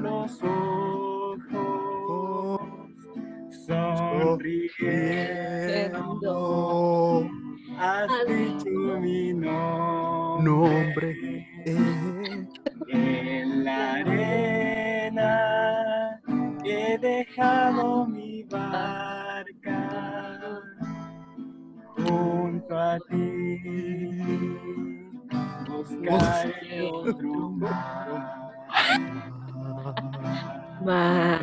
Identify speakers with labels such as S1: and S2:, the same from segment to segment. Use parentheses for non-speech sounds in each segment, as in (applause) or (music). S1: los ojos, sonriendo, has dicho mi nombre. En la arena he dejado mi barca junto a ti. Buscaré otro mar.
S2: Ma,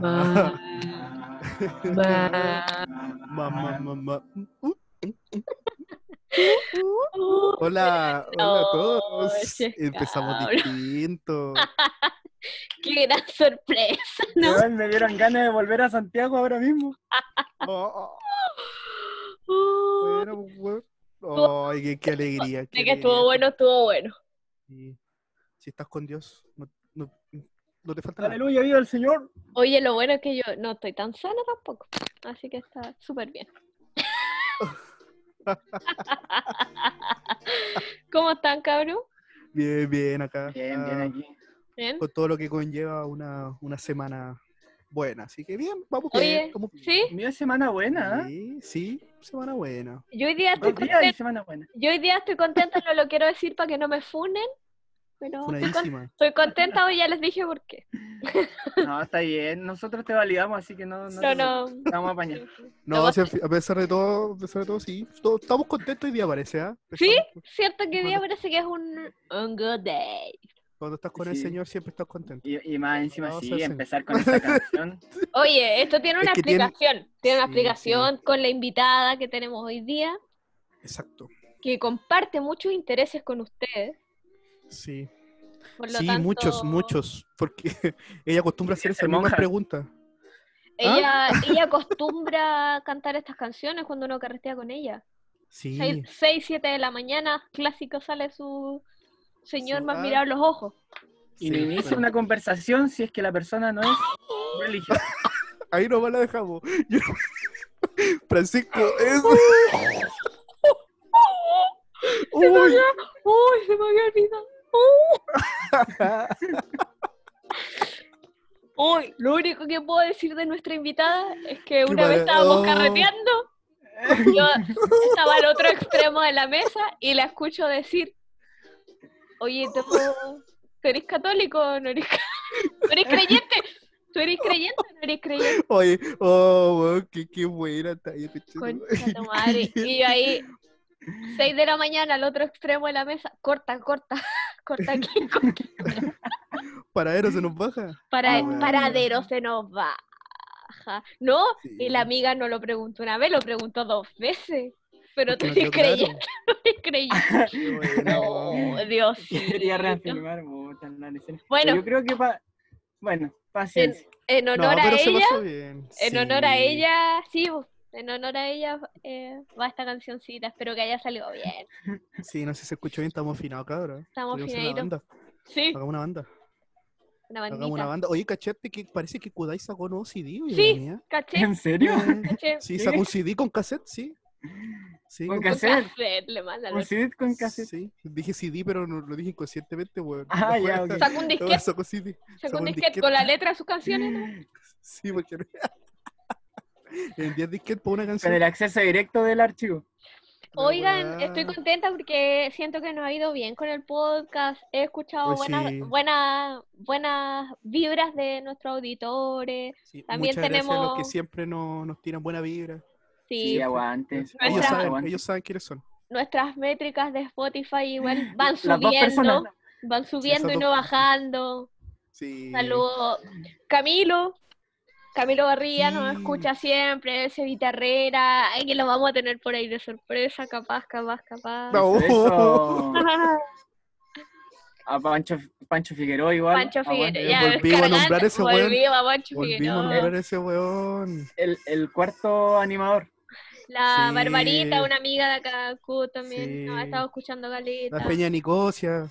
S2: ma, ma.
S3: Mamá, mamá.
S2: Uh,
S3: Hola, hola a todos.
S2: Oye,
S3: Empezamos
S2: cabrón. (laughs)
S3: distinto.
S2: qué gran sorpresa, ¿no?
S1: Weón, Me dieron ganas de volver a Santiago ahora mismo.
S3: Oh, oh,
S2: Uh,
S3: bueno, bueno. Oh, qué, qué alegría. qué
S2: de que estuvo
S3: alegría.
S2: bueno, estuvo bueno.
S3: Sí. Si estás con Dios, no, no- no te falta nada.
S1: Aleluya, viva el Señor.
S2: Oye, lo bueno es que yo no estoy tan sana tampoco, así que está súper bien. ¿Cómo están, cabrón?
S3: Bien, bien acá.
S1: Bien, bien
S3: ah,
S1: aquí.
S2: ¿Bien?
S3: Con todo lo que conlleva una, una semana buena. Así que bien, vamos bien.
S2: Oye,
S3: estamos-
S2: ¿sí?
S1: Mira, semana buena, ¿eh?
S3: Sí, sí, semana buena.
S2: Yo hoy día estoy
S1: Dos días y
S2: contenta,
S1: semana buena.
S2: yo hoy día estoy contenta, no lo quiero decir para que no me funen, pero estoy, con-
S3: Funadísima.
S2: estoy contenta, hoy ya les dije por qué.
S1: No, está bien. Nosotros te validamos, así que no, no,
S2: No,
S1: te-
S2: no.
S1: te vamos a apañar.
S3: No,
S2: Estamos-
S3: si al fi- a pesar de todo, a pesar de todo, sí. Todo- estamos contentos hoy día, parece, ¿ah?
S2: ¿Sí?
S3: Estamos-
S2: Cierto que hoy día parece que es un, un good day.
S3: (laughs) Cuando estás con el
S1: Sí.
S3: Señor siempre estás contento.
S1: Y, y más encima,
S3: No,
S1: sí,
S3: Ceci.
S1: empezar con esta canción. (laughs)
S2: Oye, esto tiene
S3: Es
S2: una
S3: que tiene-
S2: explicación. Tiene, una
S3: Sí,
S2: explicación con la invitada que tenemos hoy día,
S3: Exacto.
S2: que comparte muchos intereses con ustedes.
S3: Sí.
S2: Por lo
S3: Sí,
S2: tanto,
S3: muchos, muchos. Porque (laughs) ella acostumbra a hacer
S1: Quiere ser
S3: esas mismas
S1: monja.
S3: preguntas. ¿Ah?
S2: Ella,
S3: (laughs)
S2: ella acostumbra a cantar estas canciones cuando uno carretea con ella.
S3: Sí.
S2: 6, 7 de la mañana, clásico, sale su señor
S3: Su-
S2: más
S3: ah.
S2: mirado los ojos.
S1: Y
S3: sí,
S1: no inicia
S3: bueno.
S1: una conversación si es que la persona no es religiosa.
S3: Ahí nomás la dejamos. (laughs) Yo- Francisco,
S2: (laughs)
S3: es. (laughs) Uy. (laughs)
S2: ¡Uy, se me había olvidado! Uy, lo único que puedo decir de nuestra invitada es que una vez
S3: mala-
S2: estábamos
S3: oh.
S2: carreteando Yo estaba al otro extremo de la mesa y la escucho decir, oye, ¿tú, tú eres católico o no eres, ca- (laughs) ¿tú eres creyente? ¿Tú eres creyente o no eres creyente?
S3: Oye, oh, weón, qué, qué buena talla, conche tu
S2: Concha
S3: madre. (laughs)
S2: tu madre. Y yo ahí, 6 de la mañana, al otro extremo de la mesa, corta, corta, (laughs) corta aquí, corta.
S3: Paradero se nos baja.
S2: Para,
S1: Ah, bueno.
S2: paradero se nos baja. No,
S3: Sí.
S2: y la amiga no lo preguntó una vez, lo preguntó dos veces. Pero tú
S3: Porque no
S2: eres
S3: quedó claro.
S2: creyente, no eres creyente. (laughs)
S3: (laughs) Qué buena,
S2: Oh,
S3: weón. (laughs)
S2: Dios.
S1: (laughs) Quería reafirmar, puta, la escena.
S2: Bueno.
S1: Pero Yo creo que pa... Bueno, paciencia.
S2: En
S3: No,
S2: honor a
S3: pero se
S2: ella,
S3: pasó bien.
S2: en honor a
S3: Sí.
S2: ella, sí, bo, en honor a ella eh, va esta cancioncita. Espero que haya salido bien.
S3: Sí, no sé si se escuchó bien, estamos afinados, cabrón.
S2: Estamos
S3: Podríamos hacer una
S2: finaditos.
S3: banda,
S2: Sí,
S3: Hagamos una banda.
S2: una
S3: Hagamos una
S2: bandita.
S3: banda. Oye, cachete, que parece que Kudai sacó nuevo CD. oye,
S2: Sí.
S3: la mía.
S2: ¿Caché?
S1: ¿En serio?
S2: ¿Caché?
S3: (laughs) Sí,
S1: ¿Sí?
S3: sacó un CD con cassette, sí. Sí,
S1: Con
S2: Un
S1: Cassette.
S2: cassette, le manda
S1: ¿Un CD con cassette?
S3: Sí, dije CD, pero no, lo dije inconscientemente, weón.
S1: Ah, ya,
S3: Ahora-
S1: ok.
S2: Sacó
S3: (laughs)
S2: un
S3: ahora
S2: disquete,
S3: sacó CD.
S2: sacó un
S3: un
S2: disquete
S3: disquete.
S2: con la letra de sus canciones. ¿no?
S3: Sí, porque no- (laughs) En 10 disquetes por una
S1: Con
S3: canción.
S1: el acceso directo del archivo.
S3: Pero,
S2: Oigan,
S3: weón,
S2: estoy contenta porque siento que nos ha ido bien con el podcast. He escuchado
S3: Pues
S2: buenas,
S3: sí.
S2: buenas, buenas vibras de nuestros auditores.
S3: sí,
S2: también
S3: muchas gracias a los que
S2: tenemos-
S3: siempre nos, nos tiran buena vibra.
S2: Sí, pues,
S1: Sí, aguante.
S3: Ellos
S2: Nuestra-
S3: saben,
S1: Aguante.
S3: ellos saben quiénes son.
S2: nuestras métricas de Spotify
S3: (laughs)
S2: igual van
S1: Las dos personas.
S2: subiendo. Van subiendo y
S3: dos
S2: no
S3: cosas.
S2: bajando.
S3: Sí.
S2: Saludos. Camilo. Camilo Barría nos
S3: Sí.
S2: escucha siempre. Cevita Herrera. Ay, que lo vamos a tener por ahí de sorpresa. Capaz, capaz, capaz. (laughs)
S3: No.
S1: Eso. A Pancho, Pancho Figueroa igual.
S3: ah,
S2: Pancho
S1: Aguante.
S2: Figueroa. Ya,
S3: Volvimos eh, a
S2: cargando,
S3: nombrar ese weón.
S2: volvimos a Pancho
S3: Volvimos a
S2: Figueroa.
S3: nombrar a ese weón.
S1: El, el cuarto animador.
S2: La
S3: Sí.
S2: Barbarita, una amiga de acá, Q, también nos ha
S3: Sí.
S2: estado escuchando Galita.
S3: La Peña Nicosia
S2: La Peña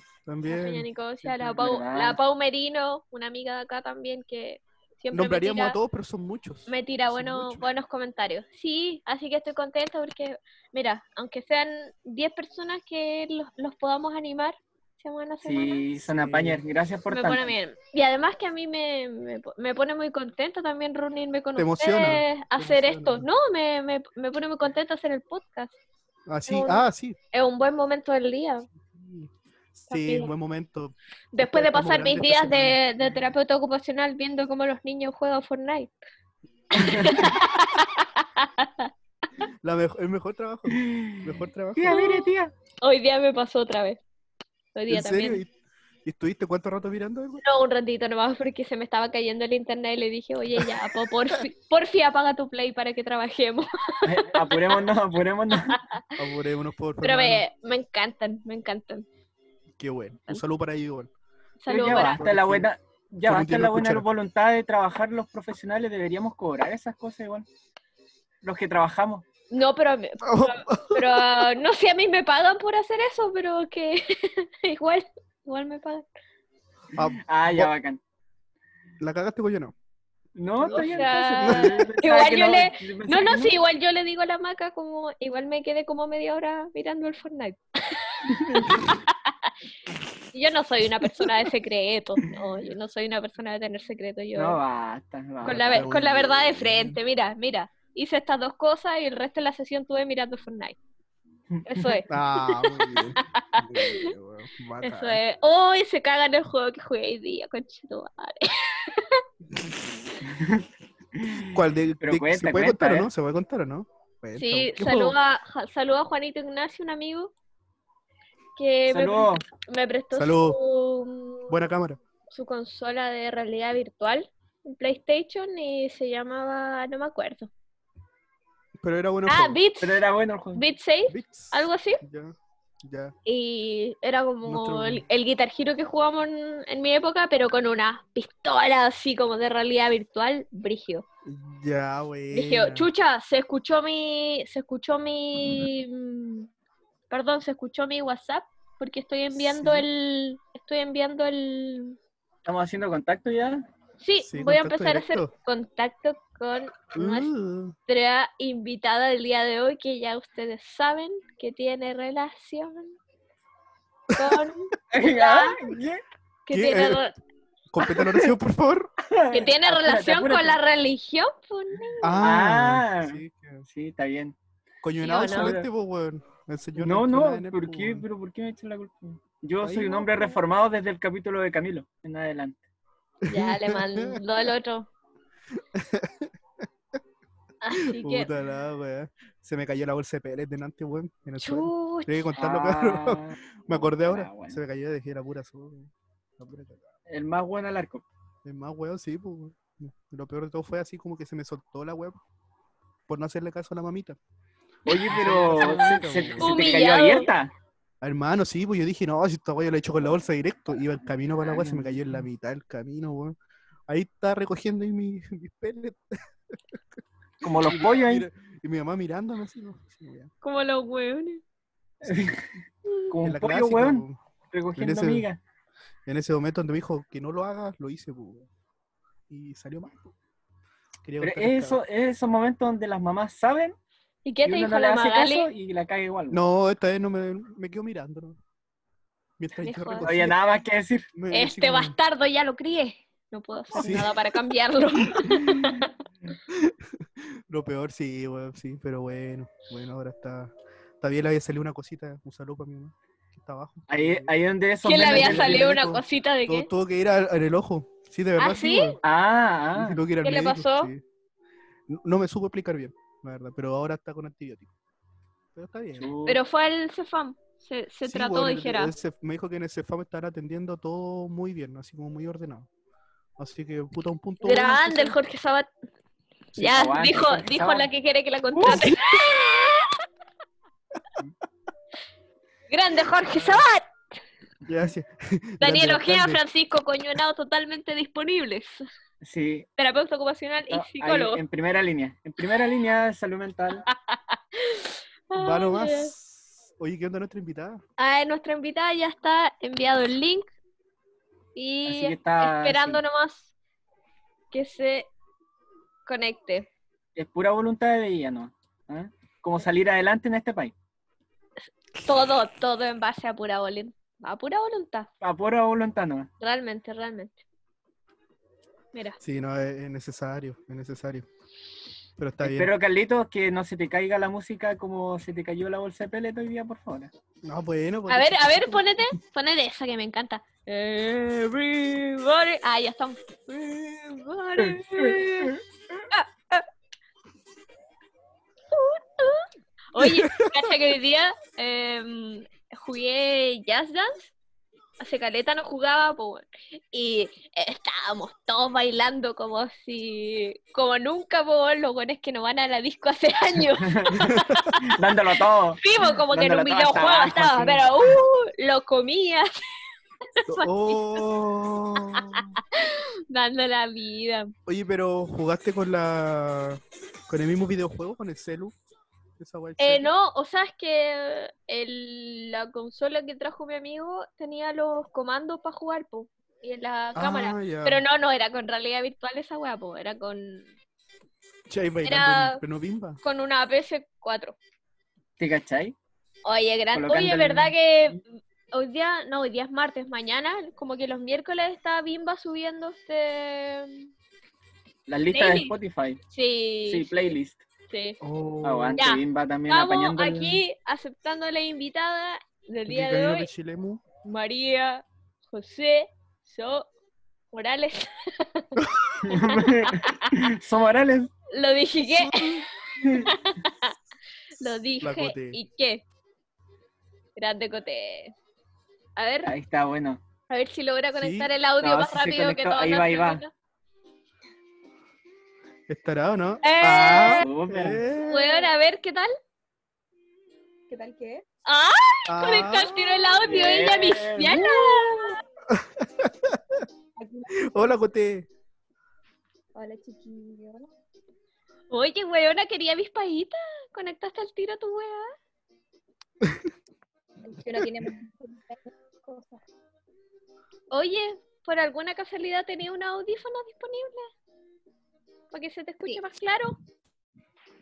S3: también.
S2: Nicosia, la
S1: Es
S2: Pau,
S1: verdad.
S2: la Pau Merino, una amiga de acá también que siempre me
S3: Nombraríamos
S2: tira,
S3: a todos, pero son muchos.
S2: me tira
S3: son
S2: buenos,
S3: muchos.
S2: buenos comentarios. Sí, así que estoy contenta porque, mira, aunque sean 10 personas que los, los podamos animar, semana a semana.
S1: Sí, son
S3: Sí.
S1: apañes. Gracias por
S2: me
S1: tanto.
S2: pone bien. Y además que a mí me, me, po- me pone muy contenta también reunirme con
S3: Te
S2: ustedes,
S3: emociona, te
S2: hacer esto.
S3: emociona.
S2: No, me, me, me pone muy contenta hacer el podcast.
S3: Ah, sí,
S2: No, no.
S3: ah, sí.
S2: Es un buen momento del día.
S3: Sí,
S2: También.
S3: buen momento.
S2: Después de
S3: Estamos
S2: pasar mis
S3: grandes
S2: días de, de terapeuta ocupacional viendo cómo los niños juegan Fortnite.
S3: La mejo- el mejor trabajo, mejor
S2: (laughs)
S3: trabajo.
S1: Tía, mire, tía. (laughs)
S2: Hoy día me pasó otra vez. Hoy día
S3: ¿En serio?
S2: también.
S3: ¿Y, y estuviste cuánto rato mirando? güey?
S2: No, un ratito nomás porque se me estaba cayendo el internet y le dije, oye, ya, po, porfi, porfi apaga tu play para que trabajemos.
S1: Apurémonos, apurémonos.
S3: Apurémonos Ah, por
S2: Pero
S3: hermano.
S2: me, me encantan, me encantan.
S3: Qué bueno. Un saludo para ellos igual.
S1: Pero
S2: Saludos
S1: ya
S2: para...
S1: basta la buena, ya
S3: Como
S1: basta
S3: quien
S1: la
S3: no
S1: buena
S3: escuchara.
S1: voluntad de trabajar los profesionales, deberíamos cobrar esas cosas igual. Los que trabajamos.
S2: No, pero, (laughs) pero ah, no sé, a mí me pagan por hacer eso, pero que (laughs) igual, igual me pagan.
S3: Ah,
S1: Ah, ya
S3: Oh.
S1: bacán.
S3: la cagaste, güey,
S2: (laughs)
S3: yo no.
S1: No, está
S2: O
S1: bien.
S2: sea,
S1: entonces, yo pensaba
S2: (laughs) igual
S1: que
S2: yo le-
S1: pensaba
S2: No,
S1: que
S2: no, sí, igual yo le digo a la maca como, igual me quedé como media hora mirando el
S3: (laughs)
S2: Fortnite. yo no soy una persona de secretos, no, yo no soy una persona de tener secretos, yo
S1: No, basta,
S2: con,
S1: basta.
S2: la, ve- con la verdad de
S3: bueno.
S2: frente, mira, mira, hice estas dos cosas y el resto de la sesión tuve mirando Fortnite. Eso es,
S3: Ah, muy bien. Muy bien, güey. (laughs) Bacán.
S2: eso es. Hoy se caga en el juego que jugué hoy día, conchetumare.
S3: ¿Cuál de,
S1: Pero
S3: de-
S1: cuenta,
S3: se puede
S1: cuenta,
S3: contar
S1: ¿eh?
S3: o no? ¿Se puede contar o no? Cuenta,
S2: Sí,
S3: ¿qué juego?
S2: saluda, ja- saluda a Juanito Ignacio, un amigo, que me,
S1: Saludos.
S2: me prestó
S3: Saludos.
S2: su...
S3: Buena cámara.
S2: su consola de realidad virtual, un PlayStation, y se llamaba, no me acuerdo.
S3: Pero era bueno.
S2: Ah,
S3: juego.
S2: Beats,
S1: Pero era bueno el juego.
S2: Beat Safe,
S3: Bits.
S2: algo así.
S3: Ya, ya.
S2: Y era como
S3: Nuestro-
S2: el, el Guitar Hero que jugábamos en, en mi época, pero con una pistola así como de realidad virtual, brigio.
S3: Ya, güey.
S2: Brigio, chucha, se escuchó mi, se escuchó mi, mm, perdón, se escuchó mi WhatsApp, porque estoy enviando
S3: Sí.
S2: el, estoy enviando el,
S1: Estamos haciendo contacto ya.
S2: sí,
S3: Sí,
S2: voy a
S3: contacto
S2: empezar a hacer
S3: directo.
S2: contacto con nuestro
S3: Uh,
S2: nuestra invitada del día de hoy, que ya ustedes saben que tiene relación
S1: (laughs)
S2: con.
S1: Ah, ¿qué? Eh,
S2: que,
S3: ¿Qué?
S2: tiene,
S3: Eh,
S2: re-
S3: Completa la oración, por
S2: (laughs)
S3: favor.
S2: que tiene
S1: Apúrate,
S2: relación con
S1: apúrate.
S2: la religión, pues, ni-
S3: Ah,
S1: Ah.
S3: sí. que-
S1: Sí, está bien.
S3: Coño,
S2: Sí,
S3: nada
S2: o no.
S3: insolente, pues, weón. El señor
S1: No, no,
S3: Antonio
S1: ¿por
S3: Nene,
S1: qué?
S3: pues,
S1: ¿Pero por qué me echan la culpa? Yo
S3: Ahí
S1: soy un
S3: no,
S1: hombre
S3: pues.
S1: reformado desde el capítulo de Camilo en adelante. (laughs)
S2: Ya le mandó el otro. Así
S3: weón.
S2: que.
S3: Puta la, weón. Se me cayó la bolsa de pellets delante, weón. En el suelo.
S2: chuch,
S3: Tengo que contarlo, cabrón.
S1: Ah,
S3: (laughs) Me acordé ahora.
S1: Ah, bueno.
S3: Se me cayó y dejé la pura sopa, weón. La pura cagada.
S1: el más bueno al arco.
S3: Es más, weón, sí, pues, weón. Lo peor de todo fue así como que se me soltó la weón. Por no hacerle caso a la mamita.
S1: Oye, pero
S3: (laughs)
S1: se, se- se te cayó
S2: Humillado.
S1: abierta.
S3: Hermano, sí, pues yo dije, no, si esta weá yo la he hecho con la bolsa directo. Iba el camino para la weá, se me cayó en la mitad del camino, weón. Ahí está recogiendo ahí mi- (laughs) mis pellets.
S1: Como los pollos ahí.
S3: Mira, Y mi mamá mirándome así, ¿no? Así, weón.
S2: Como los hueones.
S1: Como
S3: En
S1: un
S3: la
S1: pollo,
S3: clásica,
S1: weón,
S3: weón.
S1: recogiendo
S3: ese-
S1: migas.
S3: En ese momento donde me dijo que no lo hagas, lo hice, pues, weón. Y salió mal, pues. Quería
S1: Pero
S3: contar esta-
S1: eso, es esos momentos donde las mamás saben
S2: ¿Y
S1: y
S2: qué te
S1: uno
S2: dijo
S1: no le
S2: la
S1: hace
S2: Magali?
S1: caso y la caga igual. weón.
S3: No, esta vez no me, me quedo mirando, ¿no? Mientras
S2: Me
S3: yo
S2: jodas.
S1: No
S3: recogía,
S1: había nada más que decir.
S3: me- así
S2: Este
S3: como-
S2: bastardo ya lo crié. No puedo hacer
S3: Sí.
S2: nada para
S1: (laughs)
S2: cambiarlo.
S3: Lo peor, sí, weón, sí, pero bueno, bueno, ahora está. Está bien, le había salido una cosita, un saludo para mi mamá, que está abajo.
S1: Ahí, ahí donde eso.
S2: ¿Quién le
S3: memes
S2: había
S3: del
S2: salido una
S3: médico.
S2: cosita de
S3: Tuvo,
S2: qué?
S3: tuvo que ir al, al el ojo. Sí, de
S2: ¿Ah,
S3: verdad.
S2: sí?
S3: weón.
S1: Ah,
S3: Sí,
S1: ah.
S3: tuvo que ir al
S2: ¿Qué le
S3: médico,
S2: pasó?
S3: sí. No, no me supo explicar bien, la verdad, pero ahora está con antibiótico. Pero está bien.
S1: chuta.
S2: Pero fue al Cefam. Se, se
S3: Sí,
S2: trató,
S3: weón, el-
S2: dijera.
S3: el Cef- me dijo que en el CEFAM estará atendiendo todo muy bien, así como muy ordenado. Así que, puta, un punto. bueno,
S2: Grande
S3: entonces.
S2: el Jorge Sabat.
S3: Sí,
S2: ya,
S1: aguante,
S2: dijo,
S1: Jorge
S2: dijo
S1: Sabat.
S2: la que quiere que la
S1: Uh,
S2: contrate. Grande Jorge Sabat.
S3: Gracias. (laughs)
S2: Daniel
S3: Grande,
S2: Ojea,
S3: grande.
S2: Francisco Coñonado, totalmente disponibles. (laughs)
S1: Sí.
S2: Terapeuta ocupacional y
S1: no, ahí,
S2: psicólogo.
S1: en primera línea. En primera línea, salud mental.
S3: Va
S2: Ay, Dios.
S3: nomás. Oye, ¿qué onda nuestra invitada?
S2: Ah, nuestra invitada ya está enviado el link.
S1: Así
S2: Y
S1: que está.
S2: esperando
S1: sí.
S2: nomás que se conecte.
S1: Es pura voluntad de ella, ¿no? ¿Ah? Como salir adelante en este país.
S2: Todo, todo en base a pura volin- A pura voluntad,
S1: A pura voluntad nomás.
S2: realmente, realmente. Mira,
S3: Sí, no, es, es necesario, es necesario. Pero está bien.
S1: Espero, Carlitos, que no se te caiga la música como se te cayó la bolsa de pellet hoy día, por favor. (laughs)
S3: No, bueno, pues,
S2: a ver, a
S3: (laughs)
S2: ver, ponete, ponete esa que me encanta. Everybody. Ah, ya estamos. Everybody. Oye, cacha que hoy día em, jugué jazz dance. Hace caleta no jugaba, po, weón. y estábamos todos bailando como si, como nunca, po, weón, los buenos que no van a la disco hace años.
S1: Dándolo todo.
S2: Sí, po, como que en
S1: Dándolo
S2: un
S1: todo
S2: videojuego
S1: hasta abajo,
S2: estaba,
S1: así.
S2: pero uh, lo comía,
S3: Oh.
S2: dando la vida.
S3: Oye, pero ¿jugaste con la con el mismo videojuego, con el celu? Esa wea del
S2: Eh,
S3: celu.
S2: no, o sea, es que el- la consola que trajo mi amigo tenía los comandos para jugar, po, y en la cámara.
S3: Ah, ya.
S2: Pero no, no, era con realidad virtual esa wea, po, era con,
S3: Che, ahí bailando
S2: era-
S3: en pleno bimba.
S2: con una PS4.
S1: ¿Te cachai?
S2: Oye, gran...
S1: Colocando
S2: Oye,
S1: el-
S2: ¿verdad que hoy día, no, hoy día es martes, mañana, como que los miércoles está Bimba subiendo este...
S1: Las listas de
S2: Playlist.
S1: Spotify. Sí,
S2: Sí,
S1: playlist.
S2: sí.
S3: Oh.
S1: Aguante,
S2: Ya.
S1: Bimba también
S2: Estamos
S1: apañando. el- (laughs)
S2: aquí aceptando a la invitada del
S3: Aquí
S2: día de
S3: Camilo
S2: hoy,
S3: Pichilemu.
S2: María José So Morales. (laughs)
S1: Son Morales.
S2: Lo dije que. Lo dije
S3: Cote.
S2: y qué. Grande Cote. A ver,
S1: Ahí está, bueno.
S2: a ver si logra conectar el audio
S1: No,
S2: más
S1: sí se
S2: rápido que
S1: conectó.
S2: todos
S1: Ahí va, ahí va.
S2: nosotros.
S3: ¿Estará o no?
S2: ¡Eh!
S3: Ah,
S1: Súper.
S3: eh.
S2: Weón, a ver, ¿qué tal?
S4: ¿Qué tal que es?
S2: ¡Ah!
S3: Ah.
S2: Conectó al tiro el audio, ella
S1: bien.
S2: misiana.
S4: Aquí-
S3: Hola, Cote.
S4: Hola chiquillo.
S2: Oye, weona, quería mis pajitas. Conectaste al tiro tu weá.
S4: Es que uno tiene muchas cosas.
S2: Oye, por alguna casualidad tenía un audífono disponible. Para que se te escuche más claro.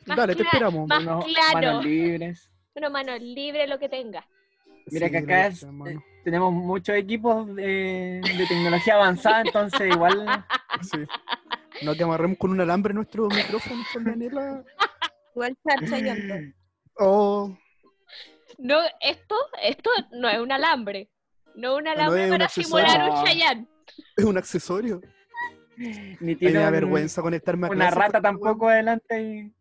S2: Más
S3: Dale, te
S2: cla-
S3: esperamos.
S2: más-
S1: Unos
S2: Ah, claro.
S1: manos libres.
S2: Bueno, mano, libre lo que tenga.
S1: Mira
S3: Sí,
S1: que acá
S3: gracias,
S1: es-
S3: hermano.
S1: tenemos muchos equipos de, de tecnología avanzada, entonces igual
S3: Sí. No te amarremos con un alambre nuestro micrófono con Daniela.
S4: Igual charcha y hondo.
S3: Oh,
S2: No, esto, esto no es un alambre. No un
S3: es
S2: alambre
S3: un
S2: para
S3: accesorio.
S2: simular
S1: No.
S2: un chayán.
S3: es un accesorio.
S1: ni
S3: Ay, me
S1: tiene
S3: da
S1: un-
S3: vergüenza conectarme a
S1: una
S3: clases
S1: rata
S3: con esta wea.
S1: tampoco adelante y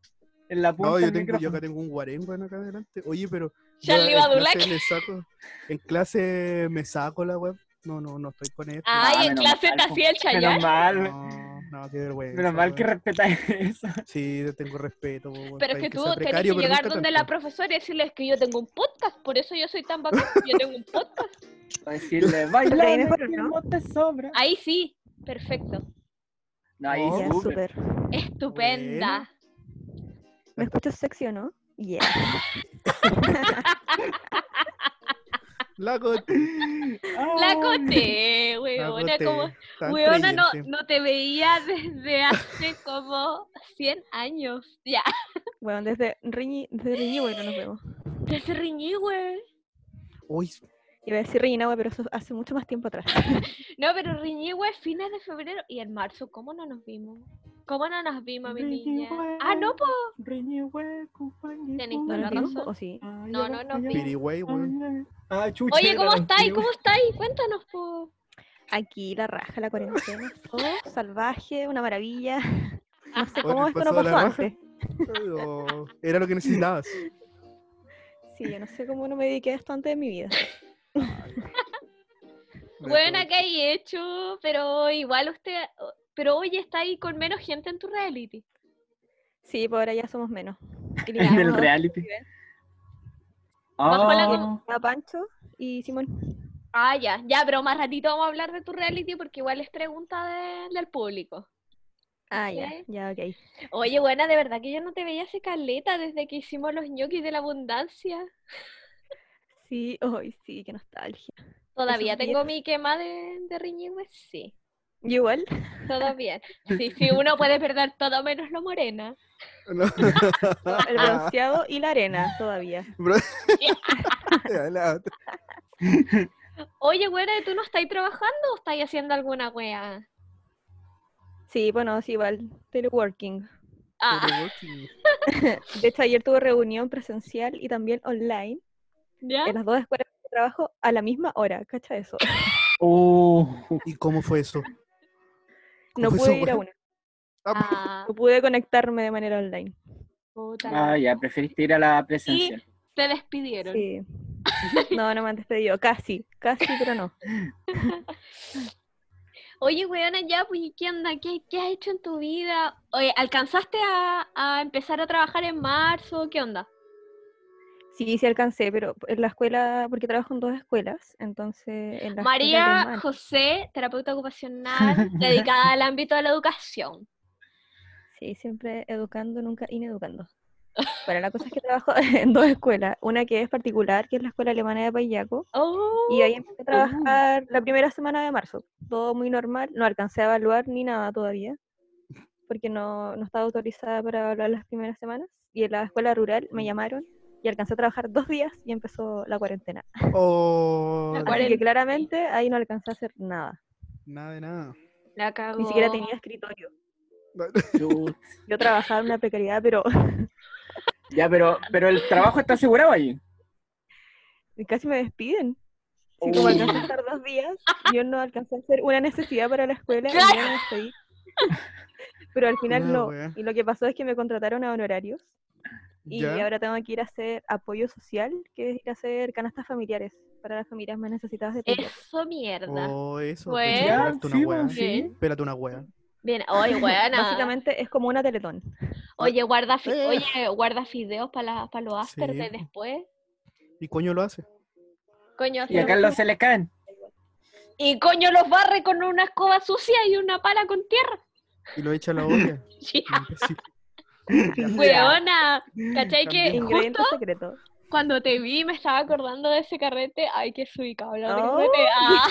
S1: en la punta
S3: No, yo,
S1: del
S3: tengo, yo
S1: micrófono.
S3: acá tengo un guarén, weón, acá adelante. Oye, pero. yo
S2: Charlie
S3: en
S2: Badulac.
S3: clase me saco- En clase me saco la web. No, no, no estoy con esto.
S1: Ah,
S2: Ay, en
S1: menos
S2: clase
S1: mal,
S2: te
S1: po.
S2: hacía el chayán.
S1: Menos mal,
S3: No, no, qué vergüenza.
S1: menos mal que
S3: weón.
S1: respetáis eso.
S3: Sí, te tengo respeto. weón,
S2: Pero
S3: está
S2: es que
S3: bien
S2: tú
S3: sea
S2: tenés que
S3: precario, pero
S2: llegar
S3: nunca
S2: donde la
S3: tanto.
S2: profesora y decirles que yo tengo un podcast, por eso yo soy tan bacán, yo tengo un
S3: (laughs)
S2: podcast.
S1: Para (laughs) decirle,
S4: Pero
S1: (laughs) baila,
S4: ahí mejor,
S1: ¿no?
S4: ¿no?
S1: te sobra.
S2: Ahí sí, perfecto,
S1: No, ahí
S3: Oh.
S4: Ya,
S1: súper.
S4: súper.
S2: estupenda.
S4: ¿Me escuchas sexy o no?
S3: (laughs)
S4: Yeah.
S3: La Cote.
S2: La
S1: Ay,
S2: cote,
S3: la
S2: weona,
S3: Cote,
S2: como,
S3: tan
S2: weona, no,
S3: creyente.
S2: no te veía desde hace
S3: (laughs)
S2: como 100 años. Ya,
S4: Bueno, desde Riñi, desde Riñi, bueno, nos vemos.
S2: desde riñí, wey.
S3: Uy,
S4: Iba a decir Riñinagua, pero eso hace mucho más
S3: (laughs)
S4: tiempo atrás.
S2: No, pero Riñihue es fines de febrero y en marzo, ¿cómo no nos vimos? ¿Cómo no nos vimos, mi niña?
S1: Riñihue.
S2: Ah, no, pues.
S1: riñehue, compañero.
S2: Tenéis
S4: ¿No
S2: toda la
S4: nos vimos?
S2: razón.
S4: ¿O sí?
S1: Ay,
S2: No,
S1: ay,
S2: no, no,
S1: ay,
S2: Piri.
S3: Pirigüey, weón.
S1: ay, ay. Ah, chucha,
S2: Oye,
S1: era
S2: ¿cómo
S1: la
S2: estáis?
S1: Piri,
S2: ¿Cómo estáis? Cuéntanos, po.
S4: Aquí la raja,
S3: (laughs)
S4: la cuarentena, todo salvaje, una maravilla. No sé
S3: Bueno,
S4: cómo
S3: el
S4: esto
S3: paso
S4: no
S3: de la
S4: pasó
S3: raja.
S4: antes.
S3: Oh, Era lo
S2: (laughs)
S3: que necesitabas.
S4: Sí, yo no sé cómo no me dediqué a esto antes de mi vida.
S2: Buena
S3: La
S2: que hay hecho, pero igual usted. Pero hoy está ahí con menos gente en tu reality.
S4: Sí, por ahora ya somos menos. Y le
S1: (laughs) En el
S4: ganamos a-
S1: reality.
S3: Oh.
S2: Bajo la-
S1: Ah,
S4: a Pancho y Simón.
S2: Ah, ya, ya, pero más ratito vamos a hablar de tu reality porque igual es pregunta de- del público.
S4: Ah, ya,
S2: Ok.
S4: ya, ok.
S2: Oye, buena, de verdad que yo no te veía hace caleta desde que hicimos los ñoquis de la abundancia.
S4: Sí, hoy sí, qué nostalgia.
S2: Todavía
S4: Esos
S2: tengo mi quema de, de Riñihue, sí.
S3: (laughs)
S4: ¿Y igual?
S2: Todo bien. Sí, sí, uno puede perder todo menos lo morena.
S4: El bronceado y la arena todavía.
S3: otra.
S2: Oye, güera, ¿tú no estáis trabajando o estáis haciendo alguna wea?
S4: Sí, bueno, sí, igual, teleworking.
S2: Ah,
S3: Teleworking.
S4: De hecho, ayer tuve reunión presencial y también online
S2: ¿ya?
S4: en las dos escuelas de trabajo a la misma hora, ¿cacha eso?
S1: Oh,
S3: ¿Y cómo fue eso?
S4: No
S3: Fue
S4: pude
S3: esa
S4: ir a
S3: wea.
S4: una,
S3: Ah,
S2: Ah,
S4: (laughs) no pude conectarme de manera online.
S2: puta la-
S1: ah, ya, preferiste ir a la presencia.
S2: Te despidieron.
S4: Sí. No, no me han despedido, casi, casi, pero no.
S2: Oye, weona, ya, pues, ¿y ¿qué onda? ¿Qué, qué has hecho en tu vida? Oye, ¿alcanzaste a, a empezar a trabajar en marzo? ¿Qué onda?
S4: Sí, sí alcancé, pero en la escuela, porque trabajo en dos escuelas, entonces en la escuela que
S2: María
S4: más-
S2: José, terapeuta
S4: (laughs)
S2: ocupacional, dedicada al ámbito de la educación.
S4: Sí, siempre educando, nunca ineducando. Bueno, la cosa es que trabajo (laughs) en dos escuelas, una que es particular, que es la escuela alemana de Payaco,
S2: Oh,
S4: y ahí empecé a trabajar la primera semana de marzo. Todo muy normal, no alcancé a evaluar ni nada todavía, porque no, no estaba autorizada para evaluar las primeras semanas, y en la escuela rural me llamaron y alcancé a trabajar dos días y empezó la cuarentena.
S3: oh,
S2: La
S4: Así
S2: Cuarentena.
S4: que claramente ahí no alcancé a hacer nada.
S3: nada de nada.
S2: la cagó.
S4: Ni siquiera tenía escritorio.
S1: Chut.
S4: Yo trabajaba en una precariedad, pero
S1: Ya, pero, pero el trabajo está asegurado ahí.
S4: casi me despiden. Si como
S2: Uh.
S1: Oh.
S4: alcancé a estar dos días, yo no alcancé a hacer una necesidad para la escuela y ya me despedí. (laughs) Pero al final
S3: Una
S4: no.
S3: wea.
S4: Y lo que pasó es que me contrataron a honorarios y
S3: Ya.
S4: ahora tengo que ir a hacer apoyo social, que es ir a hacer canastas familiares para las familias más necesitadas de Pucallpa.
S2: Eso mierda.
S3: Oh, eso.
S2: Bueno,
S3: pensé que
S1: Ya,
S3: era
S2: Pues,
S1: sí,
S3: una wea.
S1: bueno, sí.
S3: Espérate una wea.
S2: Bien,
S4: (laughs)
S2: oye, weona.
S4: Básicamente es como una teletón.
S2: Oye, guarda, fi-
S3: Eh.
S2: oye, guarda fideos para los afters
S3: Sí,
S2: de
S3: po.
S2: después.
S3: ¿Y coño lo hace?
S2: Coño,
S1: Y acá los se le caen.
S2: y coño los barre con una escoba sucia y una pala con tierra. (laughs)
S3: Y lo echa a la olla.
S2: Sí,
S3: Imbécil. (laughs)
S2: Weona, ¿cachai que
S3: También.
S2: justo
S4: Ingrediente secreto.
S2: cuando te vi me estaba acordando de ese carrete? Ay, qué subicado hablar de
S4: Ay.
S2: carrete. Ah.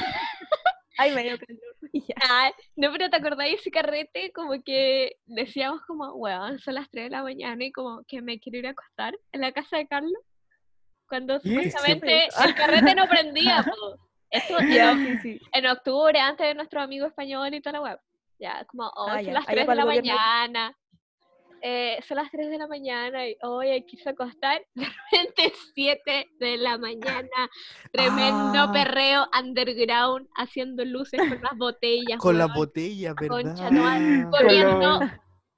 S4: Ay, me
S2: (laughs)
S4: dio calor. (laughs) Ya.
S2: Ah, no, pero ¿te acordáis de ese carrete? Como que decíamos como, weón, son las 3 de la mañana y como que me quiero ir a acostar en la casa de Carlos. Cuando
S1: ¿Qué? ¿Qué
S2: supuestamente
S4: fue eso?
S2: el carrete no prendía. po. Esto en,
S4: Ya,
S2: oc-
S4: sí, sí.
S2: en octubre, antes de nuestro amigo español y toda la web. Ya, como, oh,
S4: Ah,
S2: son
S4: ya,
S2: las
S4: allá
S2: 3 de
S4: para
S2: la
S4: el gobierno.
S2: mañana. Eh, son las 3 de la mañana y hoy hay que irse a acostar. (laughs) De repente 7 de la mañana. Tremendo
S3: Ah.
S2: perreo underground haciendo luces con las botellas.
S3: Con las
S2: weón
S3: botellas, ¿verdad?
S2: concha tu madre,
S1: Con
S2: comiendo,
S1: los-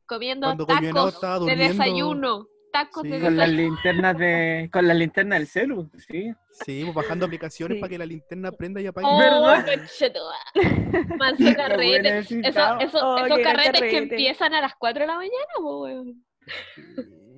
S2: comiendo
S3: Cuando Coñuelao
S2: tacos
S3: estaba
S2: de
S3: durmiendo.
S2: desayuno. Tacos
S3: Sí.
S2: de
S1: Con las
S2: desayuno.
S1: linternas de. Con las linternas del celu, sí.
S3: Sí, pues, bajando aplicaciones
S4: Sí.
S3: para que la linterna prenda y apague.
S2: Oh,
S1: ¿Verdad?
S2: conchetumare.
S4: (laughs)
S2: Manso
S1: Los
S2: carrete.
S1: buenos
S2: Eso,
S1: necesitados.
S2: eso-
S4: Oh,
S2: esos
S4: qué gran
S2: carretes que
S4: carrete.
S2: empiezan a las 4 de la mañana, po, weón.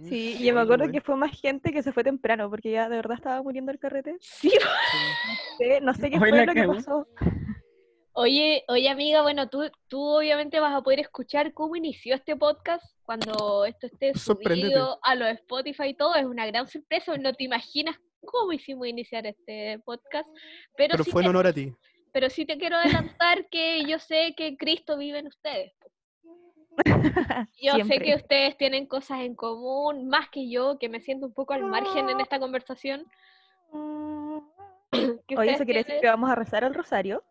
S4: Sí, y yo me acuerdo que fue más gente que se fue temprano, porque ya de verdad estaba muriendo el carrete.
S3: (laughs)
S2: Sí.
S4: No sé- No sé qué
S1: Hoy
S4: fue
S1: la
S4: lo que
S1: cagó.
S4: pasó. (laughs)
S2: Oye, oye amiga, bueno, tú, tú obviamente vas a poder escuchar cómo inició este podcast cuando esto esté
S3: Sorpréndete.
S2: subido a los Spotify y todo. Es una gran sorpresa, no te imaginas cómo hicimos iniciar este podcast. Pero,
S3: Pero
S2: sí eh,
S3: fue
S2: te-
S3: en honor a ti.
S2: Pero sí te quiero adelantar que yo sé que Cristo vive en ustedes. Yo sé que
S4: Siempre.
S2: ustedes tienen cosas en común, más que yo, que me siento un poco al margen en esta conversación. Que
S4: Oye,
S2: ustedes
S4: eso quiere decir que
S2: tienen-
S4: vamos a rezar el rosario.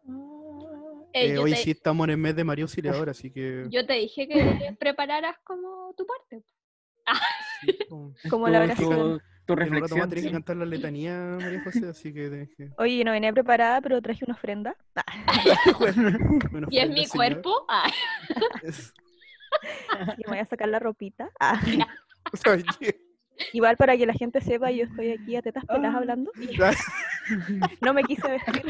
S2: Eh,
S3: Eh,
S2: yo,
S3: hoy
S2: te,
S3: sí estamos en el mes de María Auxiliadora, así que.
S2: (laughs) yo te dije
S3: (laughs)
S2: que prepararas como tu parte.
S3: sí, pues,
S4: Como
S3: Tú-
S4: la
S3: tú-
S4: oración.
S1: Tu, tu
S3: en un rato más
S1: reflexión.
S3: tenés que
S1: sí.
S3: cantar la letanía, María José, así que. tenés
S2: (laughs)
S3: que-
S4: Oye, yo no venía preparada, pero traje una ofrenda. Ah,
S3: Bueno,
S2: Y es
S3: ofrenda,
S2: mi
S3: señor.
S2: cuerpo. Ah,
S3: Es- (laughs)
S4: Y me voy a sacar la ropita. Ah,
S3: o sea, que-
S2: (laughs)
S4: Igual para que la gente sepa, yo estoy aquí a tetas pelas
S1: Ah.
S4: hablando. No me
S3: (laughs)
S4: quise vestir.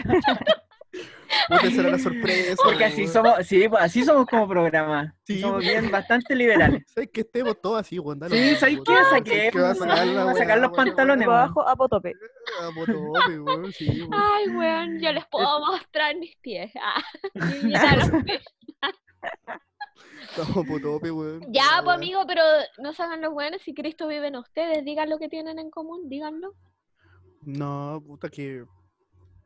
S3: Puta, será la sorpresa.
S1: Porque así
S3: weón.
S1: somos, sí, pues, así somos como programa.
S3: Sí,
S1: somos
S3: pues.
S1: bien bastante
S3: (laughs)
S1: liberales.
S3: ¿Sabes que estemos todos así, weón? dale,
S1: Sí,
S3: weón,
S1: ¿sabes
S3: weón,
S1: qué?
S3: weón,
S1: Saqué,
S3: ¿sabes qué? Va a sacar la
S1: va a
S3: weá,
S1: sacar los
S3: weón,
S1: pantalones.
S4: Por abajo a potope.
S3: weón. A botones, weón, sí, weón.
S2: Ay, weón, yo les puedo mostrar mis pies. Ah, (laughs) y ya los pies.
S3: Estamos a botones, weón.
S2: Ya,
S3: La
S2: pues
S3: weá.
S2: amigo, pero no se hagan los buenos si Cristo vive en ustedes. Digan lo que tienen en común, díganlo.
S3: No, puta que.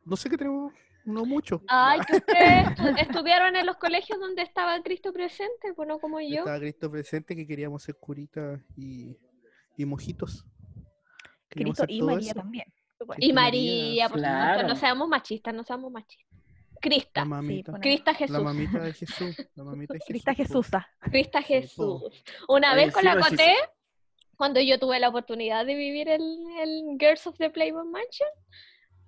S3: No sé qué tenemos. No mucho.
S2: Ay, que ustedes estu- (laughs) estudiaron en los colegios donde estaba Cristo presente, pues no como yo.
S3: Estaba Cristo presente que queríamos ser curitas y, y mojitos. Queríamos
S4: Cristo
S3: hacer
S4: y
S3: todo
S4: María
S3: eso.
S4: también. supone.
S2: pues. Y María, por
S1: Claro.
S2: supuesto, no seamos machistas, no seamos machistas. Crista,
S3: La mamita.
S4: pone-
S2: Crista
S3: la
S2: Jesús,
S3: mamita
S2: (laughs)
S3: de Jesús. La mamita de Jesús.
S4: Crista Jesús.
S2: Crista Jesús. Una
S1: Oye,
S2: vez con
S1: sí,
S2: la
S1: pues, sí,
S2: Coté, cuando yo tuve la oportunidad de vivir el, el Girls of the Playboy Mansion,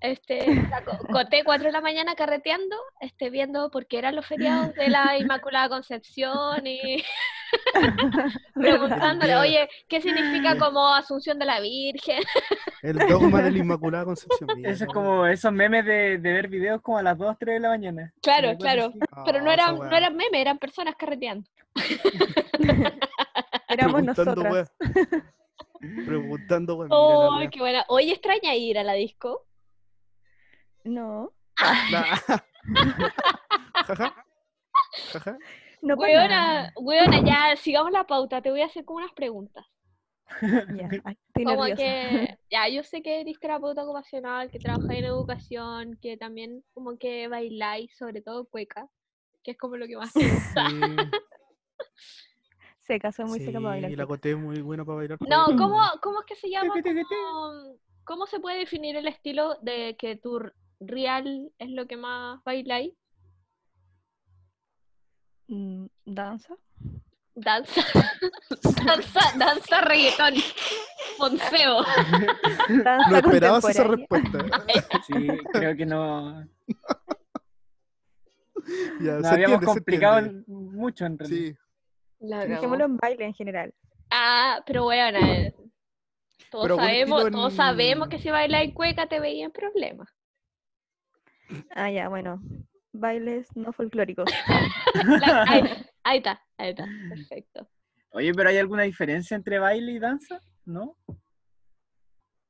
S2: este, la
S3: (laughs)
S2: co- Coté 4 de la mañana carreteando, este, viendo porque eran los feriados de la Inmaculada Concepción
S3: (laughs)
S2: y (laughs) preguntándole, oye, ¿qué
S3: (laughs)
S2: significa como Asunción de la Virgen? (laughs)
S3: El dogma de la Inmaculada Concepción. Mira,
S1: Eso es
S3: la
S1: como esos memes de, de ver videos como a las 2, 3 de la mañana.
S2: Claro,
S1: Una cosa
S2: claro.
S1: así.
S3: wea.
S2: Pero no
S3: Ah, esa
S2: eran,
S3: wea.
S2: no eran memes, eran personas carreteando.
S4: Éramos
S3: Preguntando,
S4: nosotras. (laughs)
S3: wea. Preguntando, wea. Mira la
S2: ¡Oh,
S3: wea.
S2: qué buena! Hoy extraña ir a la disco.
S4: No.
S3: La- Jaja. Jaja.
S4: No para
S2: Weona, weona, ya sigamos la pauta, te voy a hacer como unas preguntas.
S4: nada. Ya, ay, estoy
S2: Como
S3: (laughs)
S4: nerviosa.
S2: que, ya, yo sé que eres terapeuta ocupacional, que trabajáis en educación, que también como que bailáis, sobre todo cueca, que es como lo que más te gusta.
S3: Sí,
S4: Seca, soy muy
S3: sí,
S4: seca para bailar. pues.
S3: la Coté es muy buena para bailar.
S2: (laughs)
S3: Mm.
S2: No,
S3: cueca. (laughs)
S2: ¿cómo, ¿cómo es que se llama?
S1: Tucu, tucu, tucu.
S2: ¿Cómo, cómo se puede definir el estilo de que tu r- real es lo que más bailáis?
S4: Mm,
S3: (laughs)
S4: ¿Danza?
S2: Danza, (laughs) danza, danza, reggaetón, ponceo.
S4: Danza
S3: No esperabas esa
S4: contemporánea.
S3: respuesta.
S1: Sí, creo que
S3: (laughs)
S1: no, no
S3: Ya, se
S1: habíamos
S3: entiende, se
S1: complicado
S3: entiende.
S1: mucho en realidad.
S3: Sí.
S4: Dejémoslo en baile en general.
S2: Ah, pero bueno, eh, todos
S3: Pero buen
S2: sabemos,
S3: estilo
S2: todos
S3: en-
S2: sabemos que si bailáis cueca te veía en problemas.
S4: Ah, ya, bueno. Bailes no folclóricos.
S2: La- ahí, ahí está, ahí está, perfecto.
S1: Oye, pero ¿hay alguna diferencia entre baile y danza? ¿No?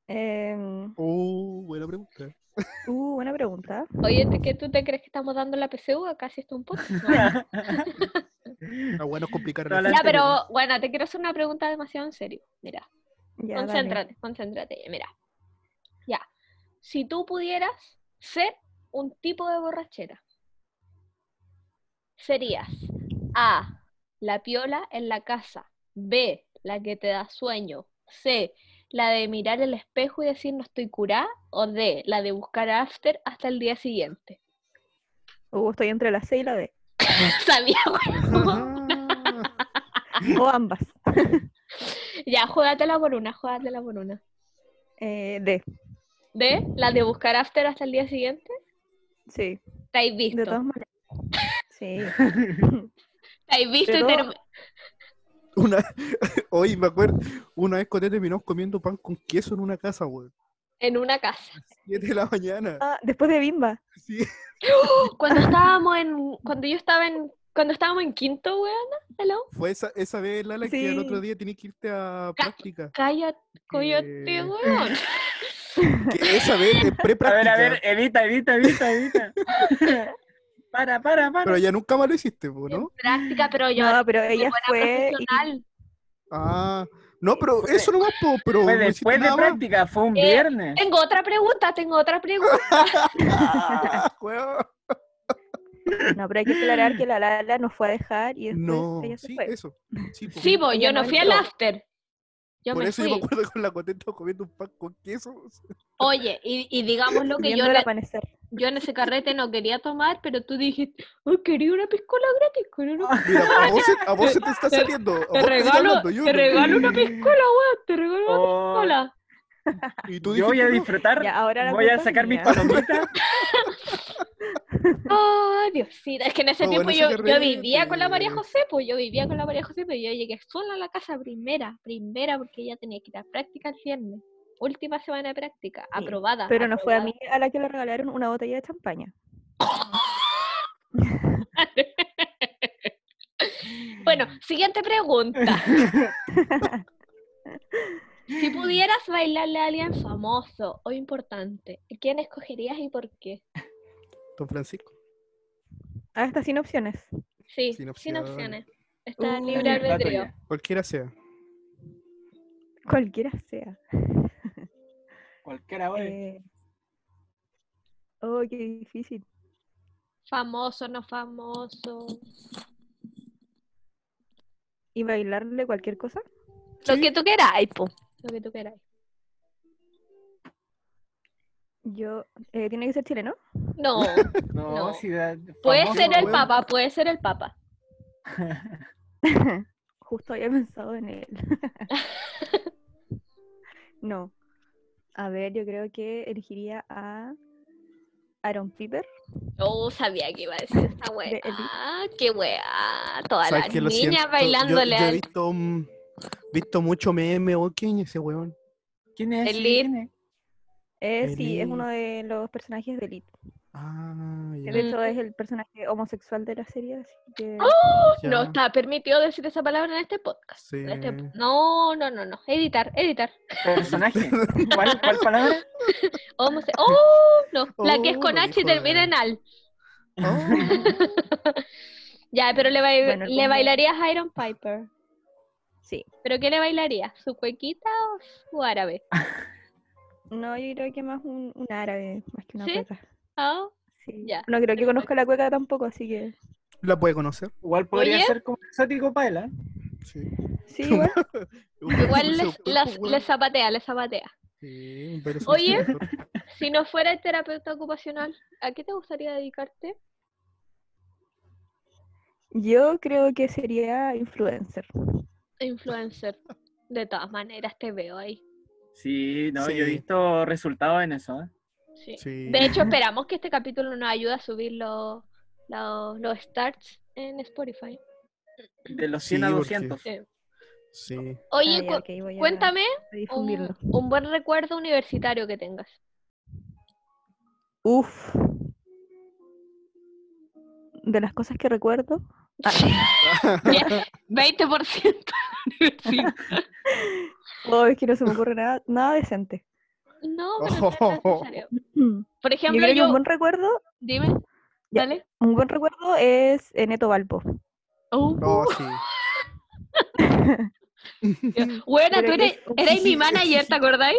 S4: Em,
S3: Oh, buena pregunta.
S4: uh, buena pregunta.
S2: Oye, ¿te- ¿qué tú te crees que estamos dando la PSU? Casi esto un poco.
S1: (laughs)
S3: Está bueno complicar
S1: Toda
S3: la
S1: la-
S2: Ya, pero bueno, te quiero hacer una pregunta demasiado en serio. Mira.
S4: Ya, dale.
S2: Concéntrate, concéntrate. ya, Mira. Ya. Si tú pudieras ser un tipo de borrachera, serías A. La piola en la casa. B. La que te da sueño. C. La de mirar el espejo y decir no estoy curada. O D. La de buscar after hasta el día siguiente. (laughs)
S4: Uh, estoy entre la C y la D.
S2: Sabía, weón.
S3: Ah,
S4: O ambas.
S2: Ya, juégatela por una, juégatela por una.
S4: Eh, D.
S2: D. La de buscar after hasta el día siguiente.
S4: Sí.
S2: Estáis
S4: De
S2: visto.
S4: todas maneras.
S2: (laughs)
S4: Sí.
S2: Estáis visto y
S4: Pero-
S2: term-
S3: Una... Hoy me acuerdo, una vez Coté terminamos comiendo pan con queso en una casa, weón.
S2: en una casa.
S3: 7 de la mañana.
S4: Ah, después de Bimba.
S3: Sí. (laughs)
S2: Cuando estábamos en. Cuando yo estaba en. Cuando estábamos en quinto, weona, hello.
S3: Fue esa, esa vez, Lala, que al
S4: Sí.
S3: otro día tenías que irte a práctica.
S2: Cállate, coyote,
S3: Eh.
S2: weón.
S3: Que esa vez en
S1: A ver,
S3: pre-práctica.
S1: a ver, evita, evita, evita,
S3: (laughs)
S1: evita. Para, para, para.
S3: Pero ya nunca más lo hiciste, po, (laughs) ¿no?
S2: Práctica, pero yo.
S4: No, pero
S2: muy
S4: ella
S2: buena
S4: fue. y-
S2: profesional.
S3: Ah, no, pero eso nomás, po, pero
S1: Fue
S3: no
S1: después
S3: hiciste
S1: de
S3: nada más.
S1: práctica, fue un
S2: Eh,
S1: viernes.
S2: Tengo otra pregunta, tengo otra pregunta.
S3: (laughs) Ah, weón. (laughs)
S4: No, pero hay que aclarar que la Lala nos fue a dejar y después
S3: No,
S4: ella se
S3: sí,
S4: fue.
S3: eso. Sí, po.
S2: Sí, pues yo
S4: Ella
S2: no
S4: no
S2: fui al
S4: entró.
S2: after. Yo
S3: Por
S2: me
S3: eso
S2: fui.
S3: yo me acuerdo con la contenta comiendo un pan con queso.
S2: Oye, y, y digamos lo que
S4: Viendo
S2: yo,
S4: el
S2: en-
S4: amanecer.
S2: yo en ese carrete no quería tomar, pero tú dijiste, oh, quería una piscola gratis, con una-
S3: Mira, a vos, se- a vos se te está
S2: Te-
S3: saliendo. a Ah, vos
S2: Te
S3: está
S2: regalo,
S3: hablando, yo
S2: te
S3: no.
S2: regalo una piscola, weón, te regalo una
S1: Oh,
S2: piscola.
S3: Y tú
S1: yo voy a
S3: dijiste, no.
S1: disfrutar,
S4: Ya, ahora la
S1: voy a
S4: culpa es
S1: sacar mis
S4: mía.
S1: palomitas.
S2: Oh, Diosito, es que en ese
S3: No,
S2: tiempo
S3: bueno,
S2: yo,
S3: ese
S2: yo vivía con la María
S3: carrete.
S2: José, pues yo vivía con la María José, pero yo llegué sola a la casa primera, primera, porque ella tenía que ir a práctica el viernes, última semana de práctica,
S4: Sí,
S2: aprobada.
S4: Pero no fue a mí
S2: aprobada.
S4: a la que le regalaron una botella de champaña.
S2: Bueno, siguiente
S4: (laughs)
S2: pregunta. si pudieras bailarle a alguien famoso o importante, ¿quién escogerías y por qué?
S3: Don Francisco.
S4: Ah, está sin opciones.
S2: Sí, sin
S3: Sin
S2: opciones.
S3: opciones.
S2: Está
S4: Uh,
S2: (laughs) libre
S1: La
S2: albedrío.
S1: tuya.
S3: Cualquiera sea.
S4: Cualquiera sea.
S1: Cualquiera, güey.
S4: Eh, Oh, qué difícil.
S2: Famoso, no famoso.
S4: ¿Y bailarle cualquier cosa?
S2: Lo que tú queráis, po. Lo que tú queráis.
S4: Yo, eh, tiene que ser chileno.
S2: No,
S1: No,
S2: No.
S1: si da-
S2: puede
S1: famoso,
S2: ser el
S1: weón.
S2: papa, puede ser el papa.
S4: Justo había pensado en él. no. A ver, yo creo que elegiría a Aaron Piper.
S2: Oh, sabía que iba a decir esta weá.
S4: De Elite.
S2: qué weá. Todas
S3: ¿Sabes
S2: las
S3: qué? Lo siento,
S2: niñas
S3: yo-
S2: bailándole
S3: Yo, he
S2: al
S3: visto, mm, visto mucho meme, ¿o quién es ese weón?
S1: ¿Quién es?
S2: El
S1: Sí,
S2: lead.
S1: ¿quién es?
S4: Eh, sí, es uno
S3: Elite.
S4: de los personajes de Elite.
S3: Ah,
S4: Que
S3: ya.
S4: de hecho es el personaje homosexual de la serie, así que...
S3: ya.
S2: No está permitido decir esa palabra en este podcast.
S3: Sí.
S2: en este po- No, no, no, no. Editar, editar.
S1: Personaje. ¿Cuál, cuál palabra?
S3: (laughs)
S2: Homose- ¡Oh! No. La que es
S3: Oh,
S2: con
S3: lo
S2: H y
S3: dijo de-
S2: termina en al.
S3: Oh,
S2: Ya, pero le, bai-
S4: Bueno,
S2: le
S4: como-
S2: bailarías a Iron Piper.
S4: (laughs) Sí.
S2: ¿Pero qué le bailarías? ¿Su cuequita o su árabe?
S4: No, yo creo que más un, un árabe, más que una
S2: ¿Sí?
S4: cueca.
S2: Ah,
S4: Sí.
S2: Ya.
S4: No creo que conozca la cueca tampoco, así que...
S3: (laughs) ¿La puede conocer?
S1: Igual podría
S2: Oye.
S1: ser como exótico para él, ¿eh?
S3: Sí.
S4: Sí, igual.
S3: (laughs)
S2: Igual les,
S3: Ese
S2: las-
S3: cuerpo, weón.
S2: les zapatea, les zapatea.
S3: Sí, me parece
S2: Oye.
S3: un
S2: (laughs)
S3: actor.
S2: Si no fuera el terapeuta ocupacional, ¿a qué te gustaría dedicarte?
S4: Yo creo que sería influencer.
S2: Influencer. De todas maneras, te veo ahí.
S1: Sí, no,
S3: Sí.
S1: yo he visto resultados en eso, ¿eh?
S2: Sí.
S3: Sí.
S2: De hecho, esperamos que este capítulo nos ayude a subir los, los, los starts en Spotify.
S1: De los
S3: Sí,
S1: 100 a
S3: porque-
S1: 200.
S2: Sí.
S3: Sí.
S2: Oye,
S4: Ah, ya,
S2: cu-
S4: ok, voy a-
S2: cuéntame
S4: a difundirlo.
S2: un, un buen recuerdo universitario que tengas.
S4: Uf. De las cosas que recuerdo, Ah.
S2: (laughs)
S4: (laughs)
S2: 20% universidad.
S4: oh, es que no se me ocurre nada, nada decente.
S2: No, pero no es necesario.
S4: Mm.
S2: Por
S4: Yo
S2: ejemplo, yo,
S4: creo que un buen recuerdo,
S2: dime,
S4: Ya.
S2: dale.
S4: un buen recuerdo es eh, Neto Valpo.
S2: Uh,
S3: No, Oh,
S2: (laughs)
S3: sí.
S2: Buena, tú
S4: creo que
S2: eres,
S4: es un-
S2: erais mi manager, ¿te acordáis?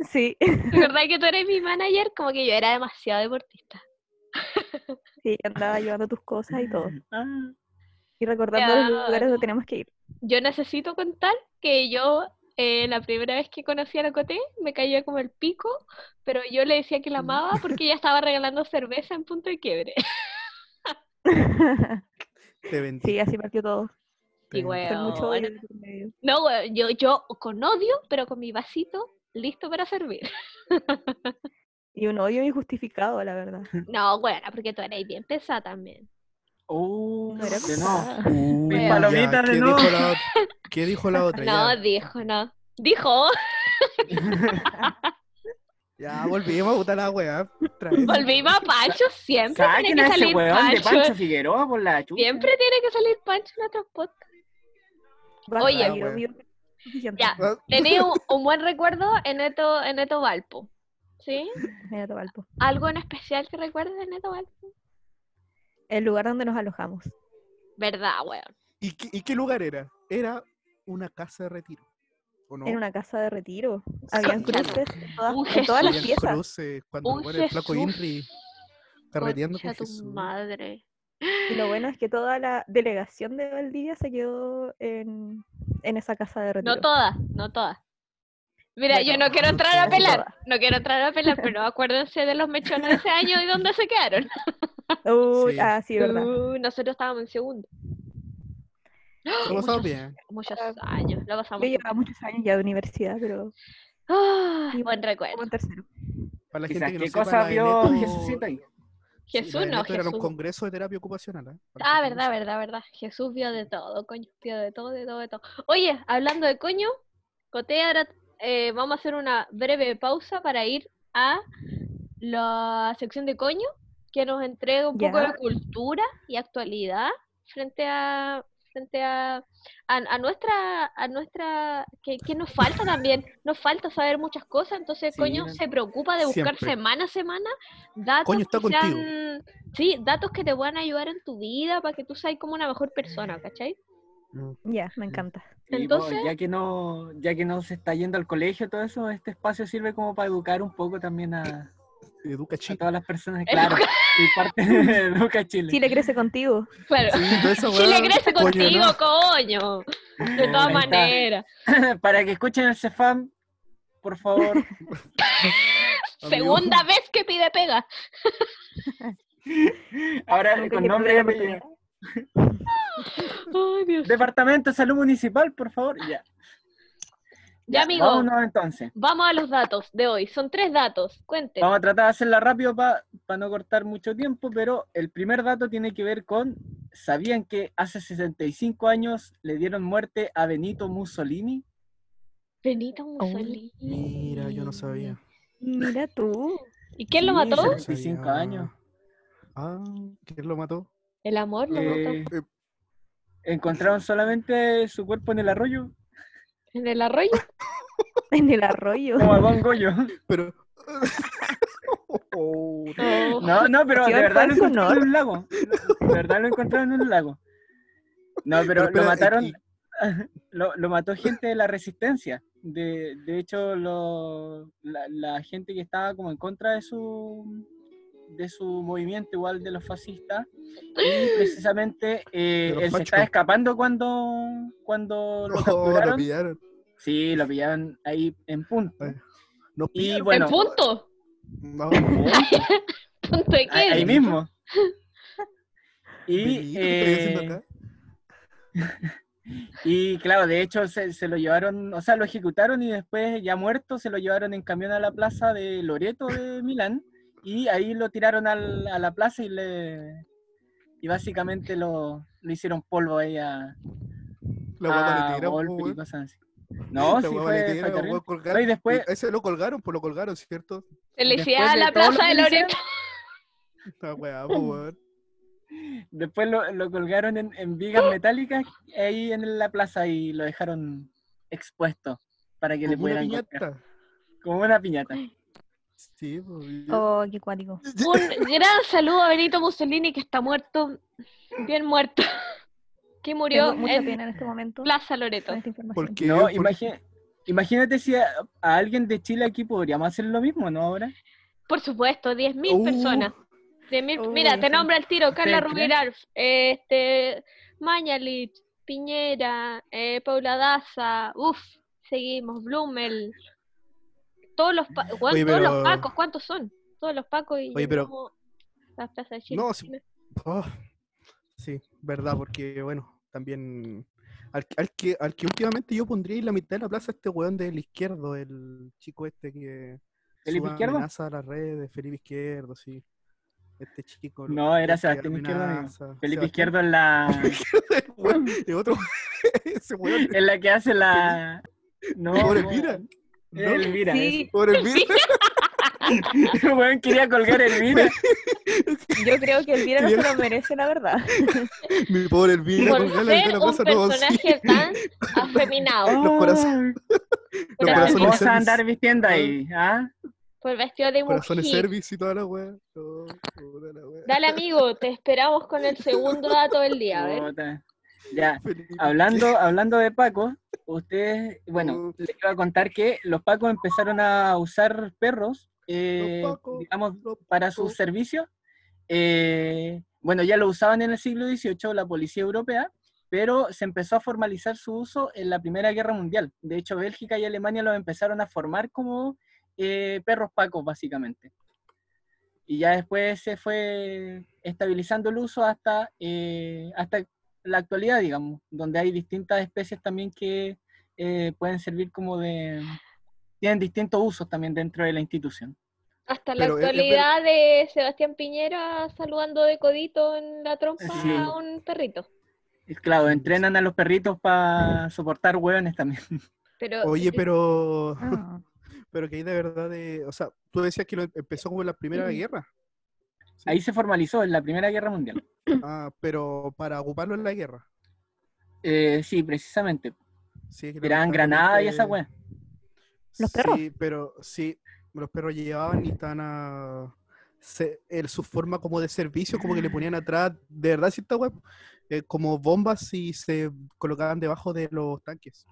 S4: Sí,
S2: ¿Te acordáis que tú eres mi manager? Como que yo era demasiado deportista.
S4: (laughs) sí, andaba llevando tus cosas y todo.
S1: Ah,
S4: Y recordando
S2: Ya,
S4: los lugares donde tenemos que ir. (laughs)
S2: Yo necesito contar que yo, eh, la primera vez que conocí a la Coté, me caía como el pico, pero yo le decía que
S1: Mm.
S2: la amaba porque ella estaba regalando cerveza en punto de quiebre. (laughs)
S3: Te vendí.
S4: sí, así partió todo.
S3: te
S2: Y
S3: vendí.
S4: Con mucho
S2: Weona.
S4: odio de por medio.
S2: No, weón, yo, yo con odio, pero con mi vasito listo para servir.
S4: Y un odio injustificado, la verdad.
S1: Mm.
S2: No, bueno, porque tú eres bien pesada también.
S1: Uh,
S4: No era
S1: de nuevo.
S4: pesada.
S3: Uy,
S2: Mis
S3: ya,
S1: palomitas de
S3: ¿qué
S1: nuevo.
S3: Dijo la otra? ¿Qué
S2: (laughs)
S3: dijo la otra?
S2: No,
S3: Ya,
S2: dijo, no. Dijo, (laughs)
S3: ya volvimos a botar la weá. otra vez.
S2: volvimos a Pancho, siempre
S1: Saquen
S2: tiene
S1: a
S2: que
S1: ese
S2: salir
S1: weón de
S2: Pancho.
S1: Pancho Figueroa por la chucha.
S2: Siempre tiene que salir Pancho en otros podcasts.
S4: Basta,
S2: Oye.
S4: yo
S3: Ah,
S4: digo que es suficiente.
S2: Ya,
S3: Ah,
S2: tenía un, un buen recuerdo en Neto, en Neto Valpo. ¿Sí?
S4: Neto Valpo.
S2: ¿Algo en especial que recuerdes de Neto Valpo?
S4: El lugar donde nos alojamos.
S2: Verdad, weón.
S3: ¿Y, qué, y qué lugar era? Era una casa de retiro. ¿O no?
S4: En una casa de retiro.
S3: Sí,
S4: Habían
S3: claro.
S4: cruces en todas,
S2: Un
S4: en todas las
S3: Habían
S4: piezas.
S3: cruces, cuando
S2: Un
S3: bueno, el flaco
S2: Jesús.
S3: Inri carreteando con
S2: Concha tu
S3: Jesús.
S2: madre.
S4: Y lo bueno es que toda la delegación de Valdivia se quedó en, en esa casa de retiro.
S2: No todas, no todas. Mira, yo
S4: Bueno,
S2: no quiero
S3: no
S2: entrar a
S3: todas.
S2: pelar, no quiero entrar a pelar,
S3: (laughs)
S2: pero acuérdense de los mechones de ese año y dónde se quedaron.
S4: Uy,
S3: Sí.
S4: Ah, sí, verdad.
S2: Uh, nosotros estábamos en segundo.
S3: Lo pasamos bien.
S2: (gasps) Muchos
S4: Ah,
S2: años, lo
S4: Yo
S2: pasamos. bien.
S4: llevaba muchos años ya de universidad, pero
S2: Ah,
S4: Y
S2: buen recuerdo.
S4: como en tercero.
S3: Para la
S1: Quizás,
S3: gente que no
S1: ¿qué
S3: sepa,
S1: cosa
S3: la de
S1: vio
S3: Neto-
S1: Jesucito ahí?
S3: sí, la
S2: Jesús
S3: de
S2: no,
S3: Neto Era un
S2: Jesús.
S3: congreso de terapia ocupacional. ¿eh? Para los
S2: Ah,
S3: que no
S2: verdad,
S3: saben.
S2: verdad, verdad. Jesús vio de todo, coño. Vio de todo, de todo, de todo. Oye, hablando de coño, Cote, ahora eh, vamos a hacer una breve pausa para ir a la sección de coño, que nos entrega un poco
S4: Ya.
S2: de cultura y actualidad frente a frente a, a, a nuestra a nuestra que, que nos falta también nos falta saber muchas cosas entonces
S1: Sí,
S2: coño
S1: no-
S2: se preocupa de buscar
S3: siempre.
S2: semana a semana datos
S3: Coño, está
S2: que
S3: contigo.
S2: sean Sí, datos que te van a ayudar en tu vida para que tú seas como una mejor persona, ¿cachai?
S3: Mm.
S4: Ya, me encanta.
S1: Sí, po,
S2: Entonces-
S1: pues, ya que no, ya que no se está yendo al colegio, todo eso, este espacio sirve como para educar un poco también
S3: Eh,
S1: a,
S3: Educa
S1: a
S3: chico.
S1: todas las personas, claro, y parte
S2: (laughs)
S1: de Educa Chile.
S4: Chile crece contigo.
S2: Claro. (laughs) Chile crece contigo, coño. De
S1: Ahí
S2: todas
S1: está.
S2: maneras.
S1: (laughs) Para que escuchen el CEFAM, por favor.
S2: (laughs) Segunda vez que pide pega.
S1: Ahora
S4: Nunca
S1: con
S4: le
S1: nombre
S4: tuve
S1: y
S4: la
S1: apellido.
S4: oportunidad.
S2: Ay, Dios.
S1: Departamento de Salud Municipal, por favor. Ya.
S2: Ya, amigo.
S1: Vámonos entonces.
S2: Vamos a los datos de hoy. Son tres datos. Cuente.
S1: Vamos a tratar de hacerla rápido para no cortar mucho tiempo, pero el primer dato tiene que ver con, ¿sabían que hace 65 años le dieron muerte a Benito Mussolini? Oh,
S2: Benito Mussolini.
S3: Mira, yo no sabía.
S4: Mira tú. (laughs)
S2: ¿Y quién lo
S1: Sí,
S2: mató?
S1: se-
S3: No sabía.
S1: 25 años.
S3: Ah, ¿quién lo mató?
S2: El amor lo mató.
S1: Eh, encontraron solamente su cuerpo en el arroyo,
S2: En el arroyo.
S4: En el arroyo.
S1: como al buen Goyo.
S3: Pero. Oh,
S2: Oh,
S1: (laughs) No, no, pero de
S4: Dios,
S1: verdad lo
S4: falso
S1: encontraron
S4: honor.
S1: en un lago. De verdad lo encontraron en un lago. No, pero lo
S3: espera,
S1: mataron,
S3: y-
S1: (laughs) lo, lo mató gente de la resistencia. De, de hecho, lo- la, la gente que estaba como en contra de su, de su movimiento, igual de los fascistas, y precisamente eh,
S3: De los
S1: él se
S3: fachos.
S1: estaba escapando cuando, cuando lo
S3: (laughs) oh, lo
S1: capturaron.
S3: pillaron.
S1: sí, lo pillaron ahí en punto.
S3: Ay, Nos
S1: Y
S3: pillaron.
S1: bueno.
S2: ¿En punto? (laughs)
S3: No,
S2: ¿Punto de qué?
S1: Ahí, ahí mismo.
S3: Benito,
S1: Y,
S3: ¿qué estoy haciendo
S1: eh,
S3: acá?
S1: Y claro, de hecho se, se lo llevaron, o sea, lo ejecutaron y después ya muerto se lo llevaron en camión a la plaza de Loreto de Milán y ahí lo tiraron al- a la plaza y le y básicamente lo, lo hicieron polvo ahí a,
S3: La guapa
S1: a
S3: le tiraron,
S1: Volpi
S3: po,
S1: y
S3: weón.
S1: cosas
S3: (laughs)
S1: así. No,
S3: La
S1: sí
S3: guapa
S1: fue,
S3: le
S1: fue
S3: tiraron,
S1: terrible.
S3: weón, colgaron.
S1: No, y después,
S3: Ese lo colgaron, pues lo colgaron, ¿cierto? (laughs)
S2: Felicidad
S1: después
S2: a
S1: de
S2: la
S1: todo lo
S2: plaza
S1: que
S2: de
S1: le
S2: Loreto.
S3: La
S1: (laughs)
S3: weá, po, weón.
S1: después lo, lo colgaron en, en vigas metálicas ahí en la plaza y lo dejaron expuesto para que le
S3: Como una
S1: pudieran golpear.
S3: piñata.
S1: como una piñata.
S3: Sí, po, y-
S4: Oh, qué cuático.
S2: Un
S3: (laughs)
S2: gran saludo a Benito Mussolini que está muerto, bien muerto, (laughs) que murió
S4: Tengo mucha
S2: en
S4: pena en este momento.
S2: Plaza Loreto.
S4: con esta información.
S3: ¿Por qué?
S1: No,
S3: ¿Por-
S1: imagi- imagínate si a, a alguien de Chile aquí podríamos hacer lo mismo, ¿no? Ahora.
S2: Por supuesto, 10.000
S3: Uh.
S2: personas. 10.000
S4: Uh,
S2: mira, te
S4: sí.
S2: nombra el tiro, Carla
S1: ¿Ustedes
S2: Rubilar, este, Mañalich, Piñera, eh, Paula Daza, uff, seguimos, Blumel, todos los, pa- weón,
S3: Oye,
S2: todos los
S3: pero-
S2: pacos, ¿cuántos son? Todos los pacos y
S3: Oye, pero-
S2: llenamos la plaza de Chile.
S3: No, sí. (laughs) Oh, sí, verdad, porque bueno, también al, al que, al que últimamente yo pondría en la mitad de la plaza este weón del izquierdo, el chico este que
S1: ¿Felipe
S3: sube
S1: Izquierdo?
S3: amenaza a las redes, Felipe Izquierdo, sí. Este chico. lo-
S1: No, era
S3: el que
S1: Sebastián Izquierdo, amigo.
S3: amenaza,
S1: Felipe
S3: Sebastián
S1: Izquierdo es la,
S3: (laughs) Izquierdo, el weón, el otro ese weón.
S1: es la que hace la. No,
S3: Pobre
S1: no,
S3: Elvira. ¿no?
S2: Eh,
S1: Elvira.
S4: Sí,
S3: Pobre Elvira.
S1: ese. (laughs) El weón quería colgar a
S3: (laughs)
S1: Elvira.
S4: yo creo que Elvira no se lo merece, la
S3: (laughs)
S4: verdad.
S3: Mi pobre Elvira.
S2: Por
S3: colgala de
S2: ser
S3: la
S2: un
S3: plaza, no, sí.
S2: personaje tan
S3: (laughs)
S2: afeminado,
S3: Los corazones-
S1: Ay,
S3: los
S1: ya,
S3: corazones
S1: ¿Cómo se va a
S3: service.
S1: andar vistiendo ahí? ¿Ah?
S2: por vestido de
S3: Corazones
S2: mujer.
S3: service y toda la weá. No, puta la weá.
S2: Dale, amigo, te esperamos con el segundo dato del día, a ver.
S1: Puta. Ya.
S3: Felipe
S1: Hablando, hablando de Paco, ustedes, bueno,
S3: Oh.
S1: les iba a contar que los Pacos empezaron a usar perros, eh,
S3: Pacos.
S1: digamos,
S3: Izquierdo,
S1: para sus
S3: Paco.
S1: servicios. Eh, bueno, ya lo usaban en el siglo XVIII la policía europea, pero se empezó a formalizar su uso en la Primera Guerra Mundial. De hecho, Bélgica y Alemania los empezaron a formar como eh, perros pacos, básicamente. Y ya después se fue estabilizando el uso hasta, eh, hasta la actualidad, digamos, donde hay distintas especies también que eh, pueden servir como de... Tienen distintos usos también dentro de la institución.
S2: Hasta la
S3: Pero es- es
S2: actualidad de Sebastián Piñera saludando de codito en la trompa
S1: Sí.
S2: a un perrito.
S1: Y Claro, entrenan a los perritos para soportar hueones también.
S2: Pero,
S3: Oye, pero,
S4: Ah.
S3: pero que hay de verdad de, o sea, tú decías que lo em- empezó como en la Primera Guerra,
S1: Ahí se formalizó en la Primera Guerra Mundial.
S3: ah, pero para ocuparlo en la guerra.
S1: Eh, sí, precisamente.
S3: Sí, que
S1: Tiraban
S3: la-
S1: granadas y esa
S3: eh,
S1: hueá.
S4: ¿Los perros?
S3: Sí, pero sí, los perros llegaban y estaban a se- el- su forma como de servicio, como que le ponían atrás, de verdad, si esta web, como bombas y se colocaban debajo de los
S4: (gasps)
S3: tanques.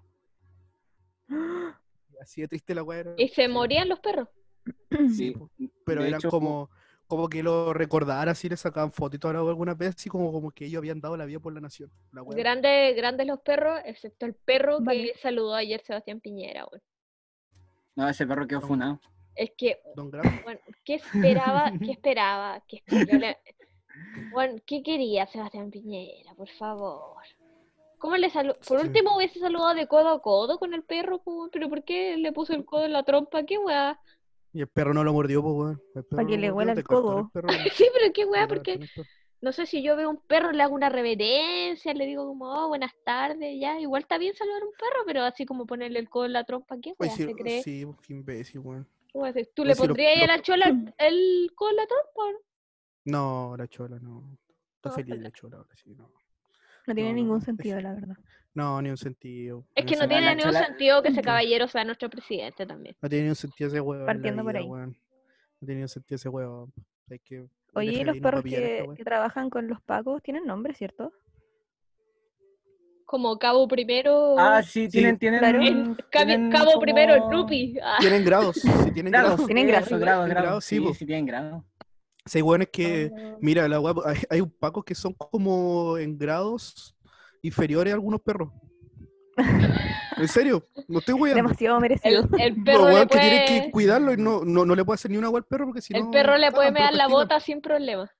S3: Así de triste la web.
S2: ¿Y se morían los perros?
S1: Sí.
S3: pero
S1: De
S3: eran
S1: hecho,
S3: como como que lo recordaban así, le sacaban fotitos algunas veces, así como, como que ellos habían dado la vida por la nación. La wea.
S2: Grandes, grandes los perros, excepto el perro
S4: Vale.
S2: que saludó ayer Sebastián Piñera. weón.
S1: No, ese perro quedó funado.
S2: Es que,
S3: Don Graham.
S2: bueno, ¿qué esperaba?
S3: (laughs)
S2: ¿Qué esperaba? ¿Qué esperaba? Bueno, ¿qué quería Sebastián Piñera? Por favor. ¿Cómo le salu- Por
S3: Sí.
S2: último hubiese saludado de codo a codo con el perro, po, pero ¿por qué le puso el codo en la trompa? ¿Qué weá? (laughs)
S3: Y el perro no lo mordió, pues, weón. El perro
S4: que
S3: no
S4: le
S3: lo mordió,
S4: huela
S3: te
S4: el
S3: cortó
S4: codo.
S3: perro,
S4: (laughs)
S3: weón.
S2: Sí, pero qué weá,
S3: Te
S2: porque
S3: cortó el perro.
S2: no sé si yo veo un perro, le hago una reverencia, le digo como, oh, buenas tardes, ya. Igual está bien saludar a un perro, pero así como ponerle el codo en la trompa, ¿qué
S3: Oye,
S2: weá
S3: sí,
S2: se cree?
S3: sí, qué imbécil, weón.
S2: ¿Qué weá se- ¿Tú
S3: Oye,
S2: le
S3: sí, lo-
S2: pondrías ahí a
S3: lo-
S2: la
S3: (laughs)
S2: chola el codo en la trompa? no?
S3: No, la chola, no. Está
S2: No,
S3: feliz
S2: ojalá.
S3: la chola, ahora sí, no.
S4: (clears throat) No tiene
S3: No, no,
S4: ningún
S3: es-
S4: sentido, la verdad.
S3: No, ni un sentido.
S2: Es que
S3: un
S1: se va
S2: no
S3: sentido.
S2: tiene
S1: la
S2: ningún
S1: chola.
S2: sentido que
S1: (laughs)
S2: ese caballero sea nuestro presidente también.
S3: No tiene ni un sentido ese huevo.
S4: Partiendo por ahí.
S3: No tiene ni un sentido ese huevo. Hay que.
S4: Oye,
S3: dejar ahí,
S4: los
S3: nos va a
S4: perros
S3: pillar esta
S4: que,
S3: wea.
S4: que trabajan con los pacos tienen nombre, ¿cierto?
S2: Como cabo primero...
S1: Ah, sí, tienen, tienen,
S4: claro.
S2: En cabi-
S1: tienen
S2: Oh, cabo
S1: como-
S2: primero en Nupi. (laughs) Ah,
S3: Tienen grados. Sí, tienen grados.
S1: Grados,
S4: Tienen
S1: eso, grados,
S4: grados.
S3: Tienen
S1: grados.
S3: grados, sí,
S1: Sí,
S3: po.
S1: sí, tienen grados.
S3: Sí, hay hueones
S2: Eh,
S3: que. Mira, la wea, hay, hay un paco que son como en grados inferiores a
S2: (laughs)
S3: algunos perros. ¿En serio? No estoy weyando.
S4: Demasiado merecido.
S1: (laughs)
S2: el, el
S3: Pero
S2: perro le
S3: weón, que
S2: puede,
S3: tiene que cuidarlo y no, no, no le puede hacer ni una agua al perro porque si no.
S2: el perro le puede
S3: cagan, pero
S2: mear la
S3: castigan.
S2: bota sin problema.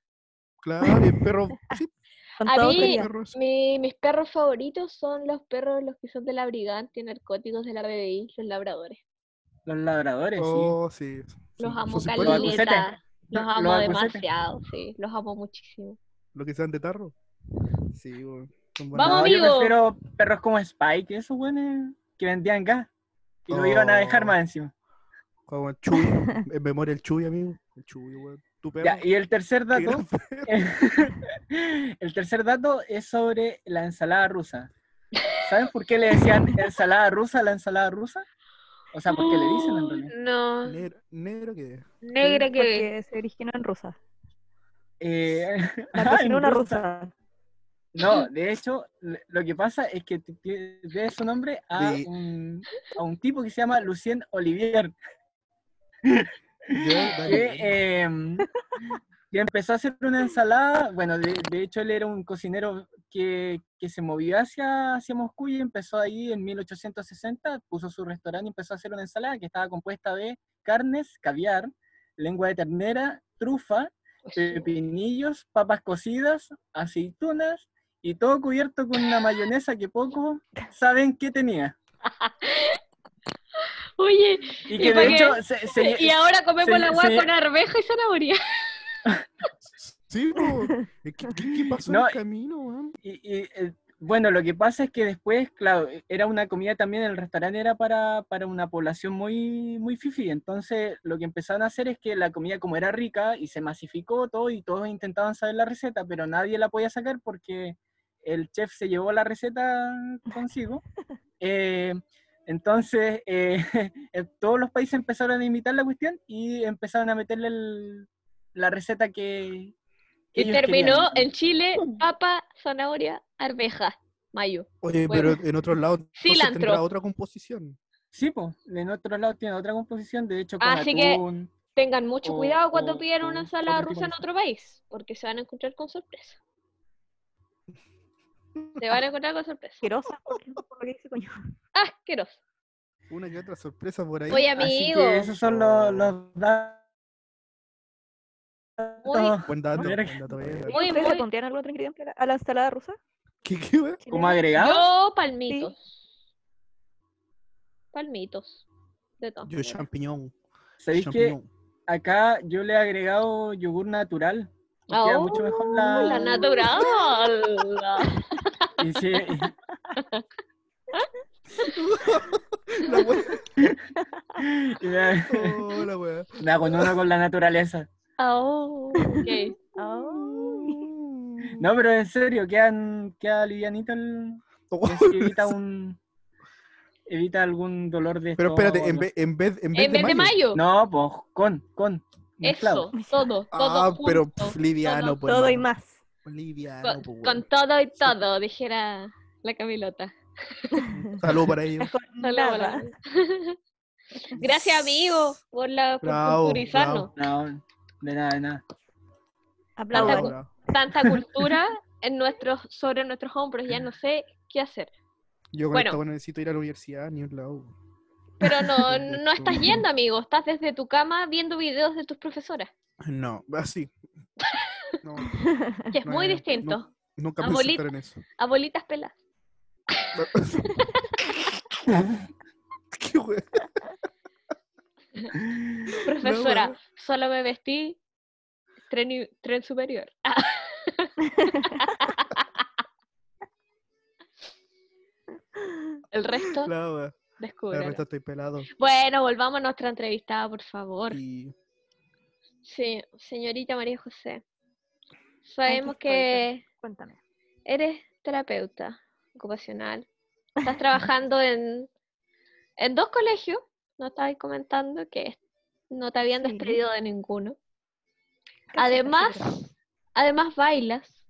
S3: Claro, y el perro. pues
S2: (laughs)
S3: Sí,
S4: Con
S2: a
S4: todo
S2: mí-
S3: el
S4: cariño.
S3: perro es-
S2: Mi- mis perros favoritos son los perros, los que son de la brigante, narcóticos de la BBI, los labradores.
S1: Los labradores,
S3: Oh, sí. sí,
S2: Los
S3: son
S2: amo
S3: simpáticos.
S1: Los acusetes.
S2: caleta. Los
S1: Los
S2: amo
S1: acusetes.
S2: demasiado, sí. Los amo muchísimo.
S3: lo que sean de tarro. Sí, weón. son
S1: sí.
S2: Vamos,
S1: No,
S3: buenos.
S2: amigo.
S1: yo prefiero perros como Spike, esos buenos que vendían gas. Y lo iban a dejar
S3: Oh.
S1: más encima.
S3: Como el Chuy,
S2: (laughs)
S3: en memoria el Chuy, amigo. El Chuy, weón. Tu perro.
S1: Ya, y el tercer
S3: qué
S1: dato,
S3: gran perro.
S1: (laughs) el tercer dato es sobre la ensalada rusa. ¿Saben por qué le decían ensalada rusa a la ensalada rusa? O sea, ¿por qué le dicen en
S2: Mm.
S1: realidad?
S2: No,
S3: Negro, negro que es.
S2: negra que...
S4: Porque se originó
S2: (laughs)
S4: en rusa.
S1: Eh,
S2: Ah,
S1: (laughs)
S4: La
S1: ajá, en
S4: cocinó una
S1: rusa.
S4: rusa.
S1: No, de hecho, le- lo que pasa es que t- t- debe su nombre a,
S3: Sí.
S1: un, a un tipo que se llama Lucien Olivier,
S3: Ya,
S1: que,
S3: dale.
S1: em, que empezó a hacer una ensalada. Bueno, de, de hecho, él era un cocinero que, que se movió hacia, hacia Moscú y empezó ahí en 1860, puso su restaurante y empezó a hacer una ensalada que estaba compuesta de carnes, caviar, lengua de ternera, trufa, pepinillos, papas cocidas, aceitunas y todo cubierto con una mayonesa que pocos saben que tenía.
S2: Oye,
S1: Y
S2: ¿Y
S1: que
S2: pa'
S1: de
S2: qué?
S1: hecho se, se-
S2: y ahora comemos
S1: se-
S2: la agua
S1: se-
S2: con arveja y zanahoria.
S3: Sí, weón. ¿Qué, qué, qué pasó
S1: No, eh.
S3: en el camino, weón?
S1: y- y, eh, bueno, lo que pasa es que después, claro, e, era una comida también, el restaurante era para, para una población muy, muy fifi, entonces lo que empezaron a hacer es que la comida como era rica y se masificó todo y todos intentaban saber la receta, pero nadie la podía sacar porque el chef se llevó la receta consigo. Eh, entonces, eh, (laughs) en todos los países empezaron a imitar la cuestión y empezaron a meterle el- la receta que... que
S2: Y
S1: ellos
S2: terminó
S1: querían.
S2: en Chile, papa, zanahoria, arveja, mayo.
S3: Oye,
S2: Bueno.
S3: pero en otros lados entonces
S2: Cilantro.
S3: tendrá otra composición.
S1: Sí, pues, en otro lado tiene otra composición, de hecho, con
S2: Así que-
S1: atún.
S2: Tengan mucho
S1: O-
S2: cuidado cuando
S1: o-
S2: pidan
S1: o
S2: una ensalada
S1: otro tipo de
S2: rusa en
S1: ensalada.
S2: otro país, porque se van a encontrar con sorpresa. Se van a encontrar con sorpresa.
S4: (laughs) Asquerosa por, por lo que dice, coño.
S2: Asqueroso.
S3: Una que otra sorpresa por ahí.
S2: Oye,
S1: Así
S2: amigo.
S1: que esos son los, los datos.
S2: Muy-
S3: Buen dato,
S1: Verga.
S3: buen dato, verga.
S2: Muy,
S4: ¿Ustedes le
S2: muy-
S4: pondrían algún otro ingrediente a la, a la ensalada rusa?
S3: ¿Qué, qué, weón?
S1: Como
S4: chilena?
S1: agregado,
S2: Yo, palmitos. Palmitos. De todo.
S3: Yo, champiñón.
S1: ¿sabéis que
S3: champiñón.
S1: acá yo le he agregado yogur natural? Me queda
S2: Oh,
S1: mucho mejor
S2: la...
S1: la.
S2: natural.
S1: (laughs) Y sí, y-
S3: (laughs) La wea.
S1: y me,
S3: Oh, la wea.
S1: me hago uno con la naturaleza.
S2: Oh, ok.
S4: (laughs) Ay.
S1: No, pero en serio, quedan, queda livianito
S3: (laughs)
S1: el.
S3: Oh,
S1: es que evita un. Evita algún dolor de.
S3: (laughs) Pero espérate,
S1: estómago,
S3: en
S1: no
S3: vez, en vez, en vez
S2: En vez de mayo.
S1: No, pues con, con.
S2: Eso,
S1: mezclado.
S2: todo, todo.
S3: Ah, pero
S2: junto,
S3: pf, liviano,
S2: todo,
S3: pues.
S4: Todo y
S3: hermano.
S4: más.
S3: Liviano,
S2: con,
S3: pues.
S2: con
S3: weón.
S2: todo y todo, dijera la Camilota.
S3: Salud para ellos.
S4: Mejor
S2: Hola,
S4: nada.
S2: hola. (laughs) Gracias, amigo, por, la, por
S3: Bravo,
S2: culturizarnos.
S1: No, de nada, de nada.
S3: Bravo,
S2: Tanta,
S4: Aplausos.
S2: cu-
S3: bravo.
S2: tanta cultura en nuestros, sobre nuestros hombros, ya no sé qué hacer.
S3: Yo con
S2: Bueno.
S3: esta buena necesito ir a la universidad, ni un lado. weón.
S2: Pero no, no estás yendo, amigo. Estás desde tu cama viendo videos de tus profesoras.
S3: No,
S2: (laughs)
S3: así. No,
S2: Que es
S3: No,
S2: muy
S3: no,
S2: distinto.
S3: nunca pensé
S2: Abuelita.
S3: estar en eso. (laughs)
S2: Abuelitas pelas.
S3: Qué wea.
S2: Profesora,
S3: bueno.
S2: solo me vestí tren, y- tren
S3: (laughs)
S2: superior. (laughs) El resto,
S3: La wea. De
S2: descubre.
S3: repente estoy pelado.
S2: Bueno, volvamos a nuestra entrevistada, por favor.
S3: Y
S2: Sí, señorita María José. Sabemos
S4: estoy,
S2: que
S4: Cuéntame.
S2: eres terapeuta ocupacional. Estás
S4: (laughs)
S2: trabajando en, en dos colegios. No estabas comentando que no te habían
S4: Sí.
S2: despedido de ninguno.
S4: Casi, casi
S2: Además,
S4: creo.
S2: además bailas.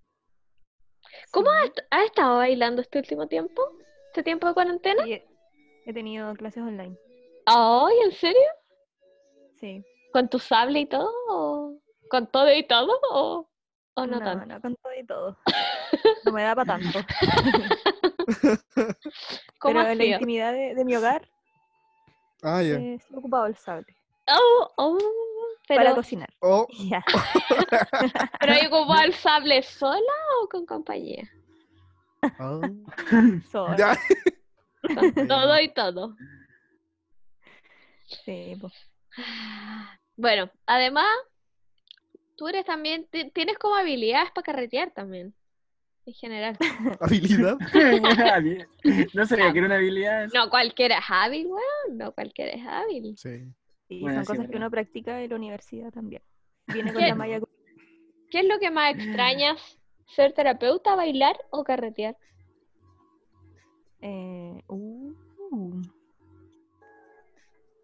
S2: ¿Cómo
S4: Sí.
S2: has, has estado bailando este último tiempo? ¿Este tiempo de cuarentena?
S4: Y he- He tenido clases online.
S2: Ay, ¿en serio?
S4: Sí.
S2: ¿Con tu sable y todo? ¿O ¿Con todo y todo? ¿O, o no, tanto?
S4: no, con todo
S2: (laughs)
S4: y todo. No me da para tanto.
S2: ¿Cómo
S4: Pero
S2: ha
S4: en la
S2: sido?
S4: intimidad de, de mi hogar
S3: Ah, ya.
S4: eh, se me ocupaba el sable.
S2: Oh, oh,
S4: Para
S2: pero,
S4: cocinar. (laughs)
S3: Oh,
S4: Ya.
S2: ¿Pero ahí ocupaba el sable sola o con compañía?
S3: oh.
S4: sola,
S3: Ya.
S2: Con todo y todo.
S4: Sí, po.
S2: Bueno, además, tú eres también, ti- tienes como habilidades para carretear también, en general.
S3: Habilidad.
S1: (laughs) no sabía que era una habilidad. esa.
S2: No cualquiera es hábil, weón, no cualquiera es hábil.
S3: Sí.
S4: Sí,
S1: Bueno,
S4: son
S1: sí,
S4: cosas que
S1: verdad.
S4: uno practica en la universidad también. Viene con
S2: ¿Qué?
S4: la malla. cul-
S2: ¿Qué es lo que más extrañas? ¿Ser terapeuta, bailar o carretear?
S4: Eh, uh,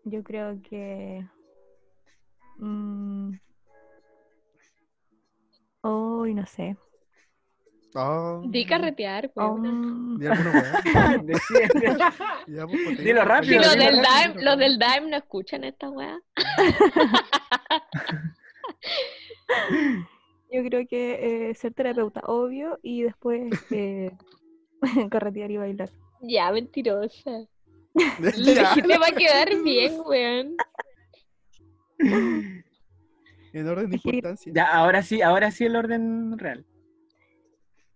S4: yo creo que. mm, Uy, no sé.
S3: Oh.
S2: Di carretear, weón.
S4: Um,
S3: Ya, bueno, wea.
S1: (laughs) Decía-
S3: Ya, pues,
S1: (laughs)
S3: pues,
S1: Dilo
S3: te-
S1: rápido,
S2: Si
S1: dilo
S2: los
S1: sí,
S2: del
S1: sí,
S2: Dime, los
S3: (laughs)
S2: del Dime no escuchan esta weá.
S4: yo creo que eh, ser terapeuta, obvio, y después eh, (laughs) carretear y bailar.
S2: Ya, mentirosa. Le (laughs)
S3: Ya.
S2: dijiste va a quedar bien, weón.
S3: En orden de
S4: Es que-
S3: importancia.
S1: Ya, ahora sí, ahora sí el orden real.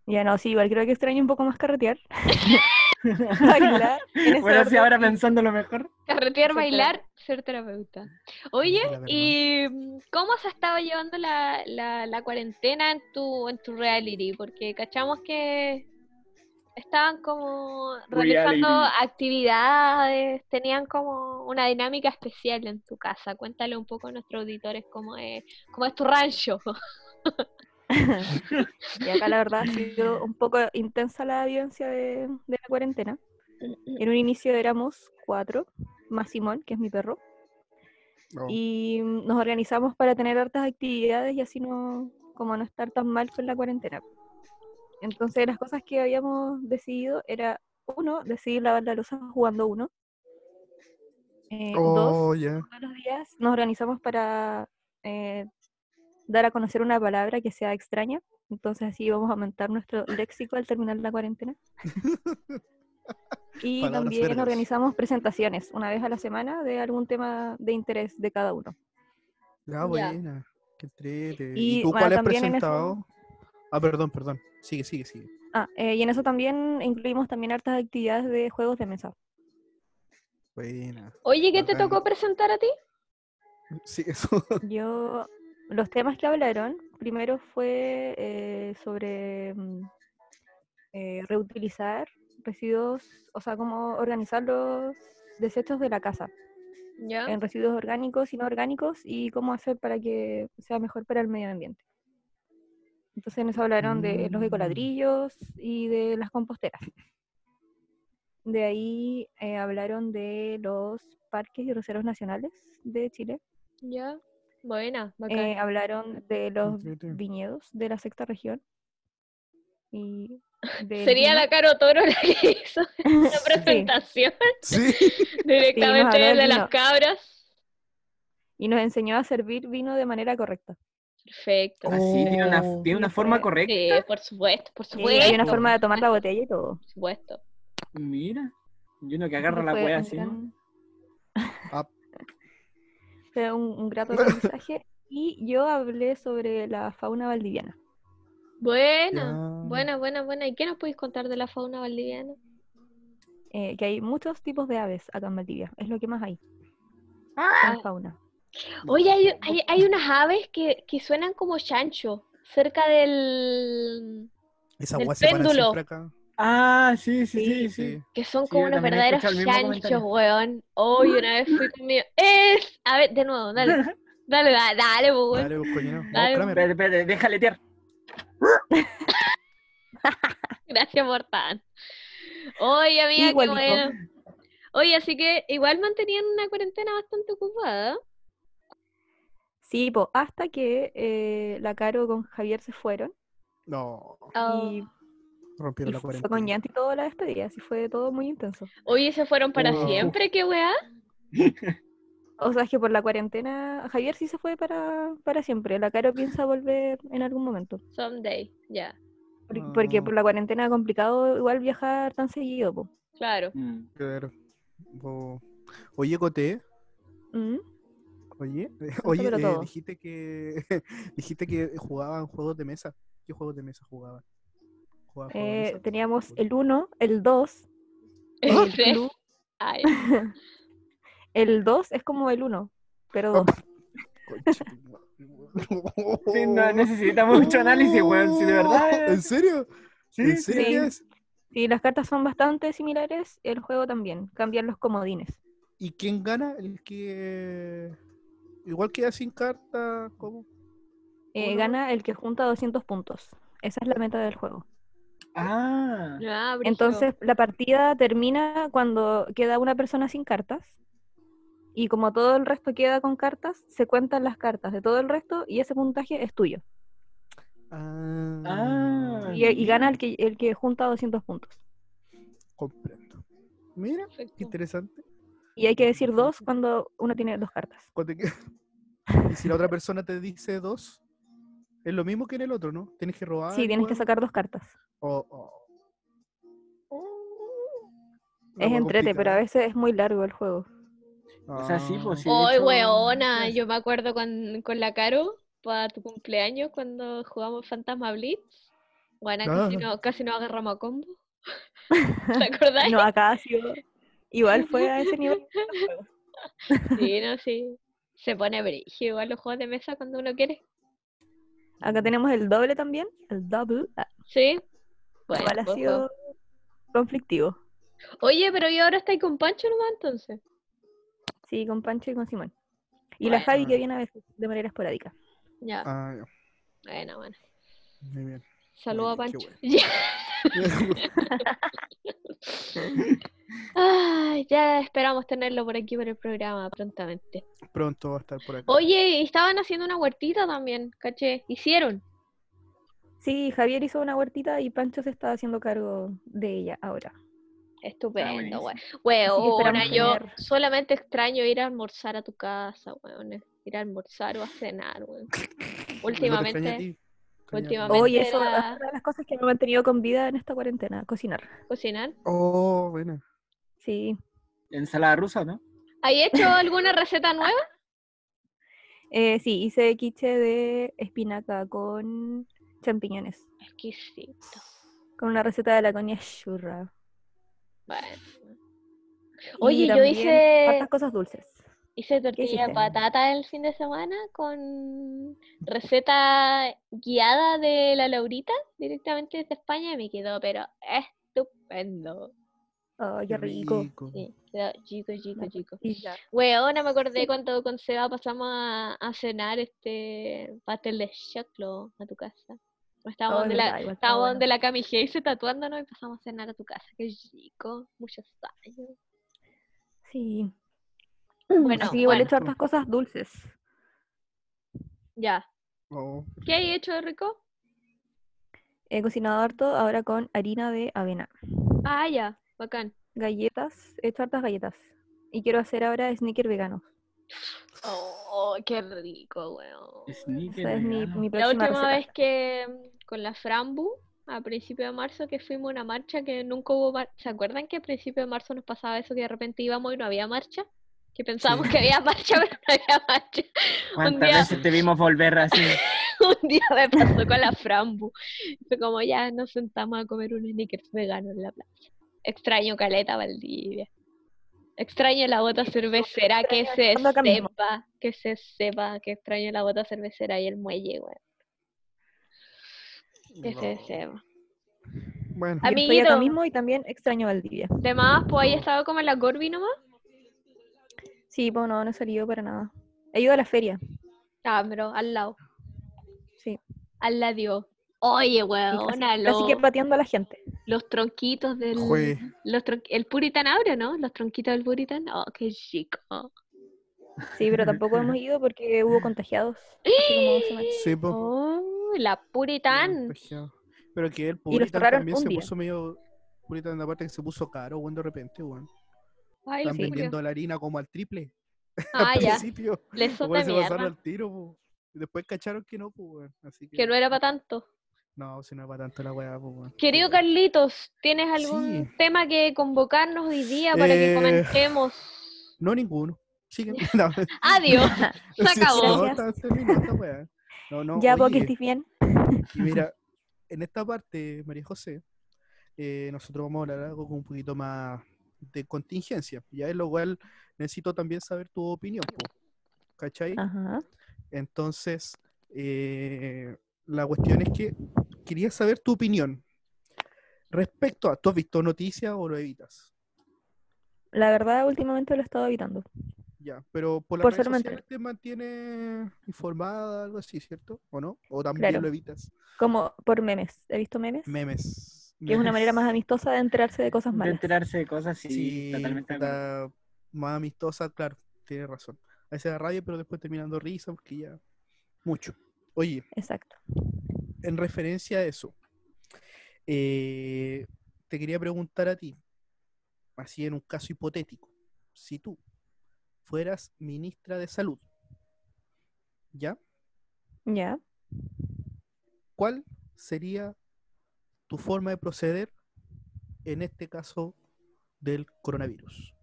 S4: Ya no, sí, igual creo que extraño un poco más
S1: (laughs)
S4: carretear. (laughs) bailar. en ese
S1: Bueno, sí,
S4: orden.
S1: ahora pensando lo mejor.
S2: Carretear,
S4: Ser
S2: bailar, ser terapeuta. Oye,
S3: La verdad.
S2: ¿y mm, cómo se ha estado llevando la, la, la cuarentena en tu, en tu reality? Porque cachamos que estaban como realizando
S1: Reality.
S2: actividades, tenían como una dinámica especial en tu casa. Cuéntale un poco a nuestros auditores cómo es, cómo es tu
S4: (laughs)
S2: rancho.
S4: Y acá la
S1: (laughs)
S4: verdad ha sido un poco intensa la vivencia de, de la cuarentena. En un inicio éramos cuatro, más Simón, que es mi perro,
S3: Oh.
S4: y mm, nos organizamos para tener hartas actividades y así no, como no estar tan mal con la cuarentena. Entonces las cosas que habíamos decidido era, uno, decidir lavar la losa jugando uno. Eh, Dos,
S3: Oh, ya.
S4: todos los días nos organizamos para eh, dar a conocer una palabra que sea extraña. Entonces así vamos a aumentar nuestro léxico al terminar la cuarentena. Y
S3: Palabras
S4: también
S3: vergas.
S4: organizamos presentaciones una vez a la semana de algún tema de interés de cada uno.
S3: Ya, buena. Qué entrete. ¿Y,
S4: Y,
S3: tú
S4: bueno,
S3: cuál has
S4: también en eso-
S3: presentado? Ah, perdón, perdón. Sigue, sigue, sigue.
S4: Ah, eh, y en eso también incluimos también hartas actividades de juegos de mesa.
S3: Buena. (laughs)
S2: Oye, ¿qué te
S3: Bacán.
S2: tocó presentar a ti?
S3: Sí, eso. (laughs)
S4: Yo, los temas que hablaron, primero fue eh, sobre mm, eh, reutilizar residuos, o sea, cómo organizar los desechos de la casa
S2: Ya.
S4: en residuos orgánicos y no orgánicos y cómo hacer para que sea mejor para el medio ambiente. Entonces nos hablaron de los
S3: Mm.
S4: ecoladrillos y de las composteras. De ahí eh, hablaron de los parques y reservas nacionales de Chile.
S2: Ya, buena, bacán.
S4: Eh, hablaron de los
S3: Entrete.
S4: viñedos de la sexta región.
S2: (laughs)
S4: Y del
S2: Sería
S4: vino.
S2: la Caro Toro la que hizo
S4: (laughs)
S2: la
S4: Sí.
S2: presentación
S3: Sí.
S2: directamente
S4: habló del
S2: de las
S4: vino.
S2: cabras.
S4: Y nos enseñó a servir vino de manera correcta.
S2: Perfecto.
S1: Así tiene una,
S3: Oh.
S1: tiene una
S4: Sí,
S1: forma
S4: fue-
S1: correcta.
S2: Ah, Sí, por supuesto, por
S4: Sí,
S2: supuesto.
S4: hay una forma de tomar la botella y todo.
S2: Por supuesto.
S1: Mira. Y uno que agarra la
S4: Entonces fue
S1: wea
S4: un (laughs)
S1: así. ¿no?
S4: gran-
S3: Ah.
S4: Fue un, un
S1: (laughs)
S4: grato aprendizaje. Y yo hablé sobre la fauna valdiviana.
S2: Buena,
S3: Ya.
S2: buena, buena, buena. ¿Y qué nos podéis contar de la fauna valdiviana?
S4: eh, que hay muchos tipos de aves acá en Valdivia. Es lo que más hay.
S2: Ah.
S4: La fauna.
S2: Oye, hay, hay, hay unas aves que, que suenan como chancho, cerca del...
S3: Esa
S2: del
S3: agua se para
S2: péndulo.
S3: siempre acá.
S1: Ah, sí, sí, sí, sí.
S3: Sí.
S2: que son
S1: Sí,
S2: como
S1: yo también
S2: unos
S1: he
S2: verdaderos
S1: escuchado el mismo
S2: chanchos,
S1: comentario.
S2: weón. Hoy una vez fui conmigo. ¡Es! A ver, de nuevo, dale.
S1: (laughs)
S2: Dale, dale, dale, po, weón.
S3: Dale, pues, coño, no. Vamos,
S2: Dale,
S3: Kramer.
S1: Pero, pero, déjale tirar.
S2: (laughs) Gracias por tan. Oye, amiga, qué
S4: Igualito.
S2: bueno. Oye, así que igual mantenían una cuarentena bastante ocupada.
S4: Sí, po, hasta que eh, la Caro con Javier se fueron
S3: No,
S2: Ah, Oh.
S4: y,
S3: rompieron
S4: y
S3: la
S4: fue
S3: cuarentena.
S4: con llanto y todo la despedida, así fue todo muy intenso.
S2: Oye, se fueron para
S3: Oh.
S2: siempre, qué weá.
S4: O sea, es que por la cuarentena, Javier sí se fue para, para siempre, la Caro piensa volver en algún momento.
S2: Someday, ya,
S4: Por-
S3: Ah.
S4: Porque por la cuarentena complicado igual viajar tan seguido, po. (laughs)
S2: claro.
S3: Mm. Claro. Oh. Oye, Cote,
S4: Mm, (laughs)
S3: oye, (laughs) oye,
S4: pero
S3: eh,
S4: todo.
S3: dijiste que (laughs) dijiste que jugaban juegos de mesa. ¿Qué juegos de mesa jugaban? ¿Jugaban juegos de
S4: eh,
S3: mesa?
S4: teníamos el 1, el 2. Ah,
S2: El tres.
S4: club.
S2: Ay,
S4: El 2 es como el 1, pero
S3: Ah,
S4: dos.
S3: Conche tu madre.
S4: (laughs)
S1: Sí, no necesitamos
S3: (laughs)
S1: mucho análisis, weón. Sí, de verdad.
S3: ¿En serio?
S1: Sí,
S3: Oh. ¿En serio
S4: sí.
S3: es?
S4: Sí, las cartas son bastante similares, el juego también, cambian los comodines.
S3: ¿Y quién gana? El que igual queda sin carta, ¿cómo?
S4: Eh,
S3: Uno.
S4: gana el que junta 200 puntos. Esa es la meta del juego.
S1: Ah,
S2: no, brígido.
S4: Entonces, la partida termina cuando queda una persona sin cartas. Y como todo el resto queda con cartas, se cuentan las cartas de todo el resto y ese puntaje es tuyo.
S3: Ah,
S1: Ah.
S4: Y, y gana el que, el que junta 200 puntos.
S3: comprendo. Mira, qué
S2: Perfecto.
S3: interesante.
S4: Y hay que decir dos cuando uno tiene dos cartas.
S3: Cuando te- (laughs) y si la otra persona te dice dos, es lo mismo que en el otro, ¿no? Tienes que robar.
S4: Sí, tienes que
S3: weón,
S4: sacar dos cartas.
S3: o- o- Una
S4: Es
S3: wea
S4: entrete, pero a
S3: complicada.
S4: veces es muy largo el juego.
S1: O sea, sí, pues, sí. de
S2: Ay,
S1: hecho,
S2: weona,
S1: sí.
S2: yo me acuerdo con, con la Caro para tu cumpleaños cuando jugamos Fantasma Blitz. Bueno, casi,
S3: Ah.
S2: no, casi nos agarramos a
S4: (laughs)
S2: combo. ¿Te acordáis?
S4: No, acá
S2: (laughs)
S4: ha sido. Igual fue a ese nivel.
S2: Sí, no, sí. Se pone brígido igual los juegos de mesa cuando uno quiere.
S4: Acá tenemos el doble también. El double. ah,
S2: Sí. Bueno,
S4: igual ha
S2: pues,
S4: sido conflictivo.
S2: Oye, pero yo ahora estoy con Pancho nomás entonces.
S4: Sí, con Pancho y con Simón. Y la
S2: Bueno.
S4: Javi que viene a veces de manera esporádica.
S2: Ya,
S3: Ah, ya,
S2: bueno, bueno.
S3: muy bien. (laughs)
S2: Saludos a
S3: bien, qué
S2: Pancho. (laughs) Ya. Ay, ya esperamos tenerlo por aquí por el programa prontamente.
S3: Pronto va a estar por acá.
S2: Oye, estaban haciendo una huertita también, caché. Hicieron.
S4: Sí, Javier hizo una huertita y Pancho se está haciendo cargo de ella ahora.
S2: Estupendo,
S1: buenísimo.
S2: weón. Weona,
S4: esperamos
S2: yo
S4: tener-
S2: solamente extraño ir a almorzar a tu casa, weón. Ir a almorzar o a cenar,
S3: (laughs)
S2: weón. Últimamente. últimamente-
S4: Oye, eso es
S2: era-
S4: una de las cosas que me ha mantenido con vida en esta cuarentena, cocinar.
S2: cocinar.
S3: Oh, bueno.
S4: Sí.
S1: Ensalada rusa, ¿no?
S2: ¿Hay hecho alguna receta nueva?
S4: Eh, sí, hice quiche de espinaca con champiñones.
S2: Exquisito.
S4: Con una receta de la coña churra.
S2: Bueno.
S4: Y
S2: Oye, yo
S4: también
S2: hice-
S4: hartas cosas dulces.
S2: Hice tortilla de
S4: hiciste?
S2: patata el fin de semana con receta guiada de la Laurita directamente desde España y me quedó, pero estupendo.
S4: Ay, qué rico.
S2: Sí, quedó chico, chico, chico.
S4: Y ya.
S2: Weona, me acordé cuando con Seba pasamos a, a cenar este pastel de choclo a tu casa. Estábamos
S4: Ay,
S2: de la,
S4: Oh, verdad, igual estaba
S2: estábamos
S4: bueno.
S2: de la Cami Heise tatuándonos y pasamos a cenar a tu casa. Qué chico, muchos
S4: (clears throat)
S2: años.
S4: Sí.
S2: Bueno,
S4: Así que igual he
S2: bueno.
S4: hecho hartas cosas dulces.
S2: Ya.
S3: Oh,
S2: ¿Qué hay hecho de rico?
S4: He cocinado harto ahora con harina de avena.
S2: Ah, ya, bacán.
S4: Galletas, he hecho hartas galletas. Y quiero hacer ahora sneaker vegano.
S2: Oh, qué rico, weón.
S1: Sneaker.
S4: Esa es mi,
S1: vegano.
S4: mi
S2: La
S4: próxima
S2: última
S4: receta.
S2: vez que mm, con la Frambu, a principio de marzo, que fuimos a una marcha que nunca hubo mar- ¿Se acuerdan que a principio de marzo nos pasaba eso que de repente íbamos y no había marcha? Que pensábamos
S1: Sí.
S2: que había marcha, (laughs) pero no había marcha.
S1: ¿Cuántas
S2: día-
S1: veces te vimos volver así?
S2: (laughs) Un día me pasó con la Frambu. Fue como ya nos sentamos a comer un Snickers vegano en la plaza. Extraño Caleta Valdivia. Extraño la bota cervecera que se
S4: Cuando cambiemos.
S2: sepa, que se sepa que extraño la bota cervecera y el muelle, güey. Que se sepa. Ah,
S3: Bueno,
S4: Yo estoy
S2: Amiguito.
S4: acá mismo y también extraño Valdivia.
S2: De más, pues ahí estaba como en la Gorbi nomás.
S4: Sí, pues no, no he salido para nada. He ido a la feria.
S2: Ah, pero al lado.
S4: Sí.
S2: Al lado. Oye, weón,
S4: así, que pateando a la gente.
S2: los tronquitos del.
S3: jue.
S2: Los tron- el Puritan abre, ¿no? Los tronquitos del Puritan. Oh, qué chico.
S4: Sí, pero tampoco
S3: (laughs)
S4: hemos ido porque hubo contagiados. hace como dos semanas.
S3: Sí, po.
S2: Oh, la Puritan.
S3: Contagiado. Pero que el
S4: los
S3: Puritan
S4: cerraron
S3: también
S4: un
S3: se
S4: día.
S3: puso medio. Puritan, la parte que se puso caro, weón, de repente, weón.
S2: Ay,
S3: pues, Están
S2: sí,
S3: vendiendo la harina como al triple.
S2: Ah,
S3: (laughs) al
S2: ya.
S3: principio.
S2: Les son
S3: Weón,
S2: de
S3: se pasaron
S2: mierda.
S3: Pues, al tiro, po. Y Después cacharon que no, po, weón. Así que.
S2: Que no era para tanto.
S3: No, si no es para tanto la weá, po, weón.
S2: Querido
S3: Sí, weón.
S2: Carlitos, ¿tienes algún
S3: Sí.
S2: tema que convocarnos hoy día para que
S3: Eh, (laughs)
S2: comentemos?
S3: No, ninguno. Sigue. (laughs) No,
S2: Adiós.
S3: sí,
S2: Se acabó.
S4: Gracias.
S3: está- terminó esta weá. No, no,
S4: ya, porque
S3: oye,
S4: estés bien.
S3: y mira, en esta parte, María José, eh, nosotros vamos a hablar algo con un poquito más de contingencia, ya es lo cual necesito también saber tu opinión, po, ¿cachai?
S4: Ajá.
S3: Entonces, eh, la cuestión es que quería saber tu opinión respecto a, ¿tú has visto noticias o lo evitas?
S4: La verdad, últimamente lo he estado evitando.
S3: Ya, pero por las
S4: Por
S3: redes
S4: ser
S3: sociales te mantiene informada, algo así, ¿cierto? ¿O no? ¿O también
S4: Claro.
S3: lo evitas?
S4: Como por memes. ¿He visto memes?
S3: Memes.
S4: Que es una manera más
S3: memes.
S4: amistosa de enterarse de cosas
S1: De
S4: (laughs) malas.
S1: enterarse de cosas, sí,
S3: Sí,
S1: totalmente. de acuerdo.
S3: puta, más amistosa, claro, tiene razón. A veces da rabia, pero después terminando risa, porque ya. Mucho. Oye,
S4: Exacto.
S3: en referencia a eso, eh, te quería preguntar a ti, así en un caso hipotético, si tú fueras ministra de salud, ¿ya?
S4: Ya.
S3: ¿Cuál sería tu forma de proceder en este caso del coronavirus?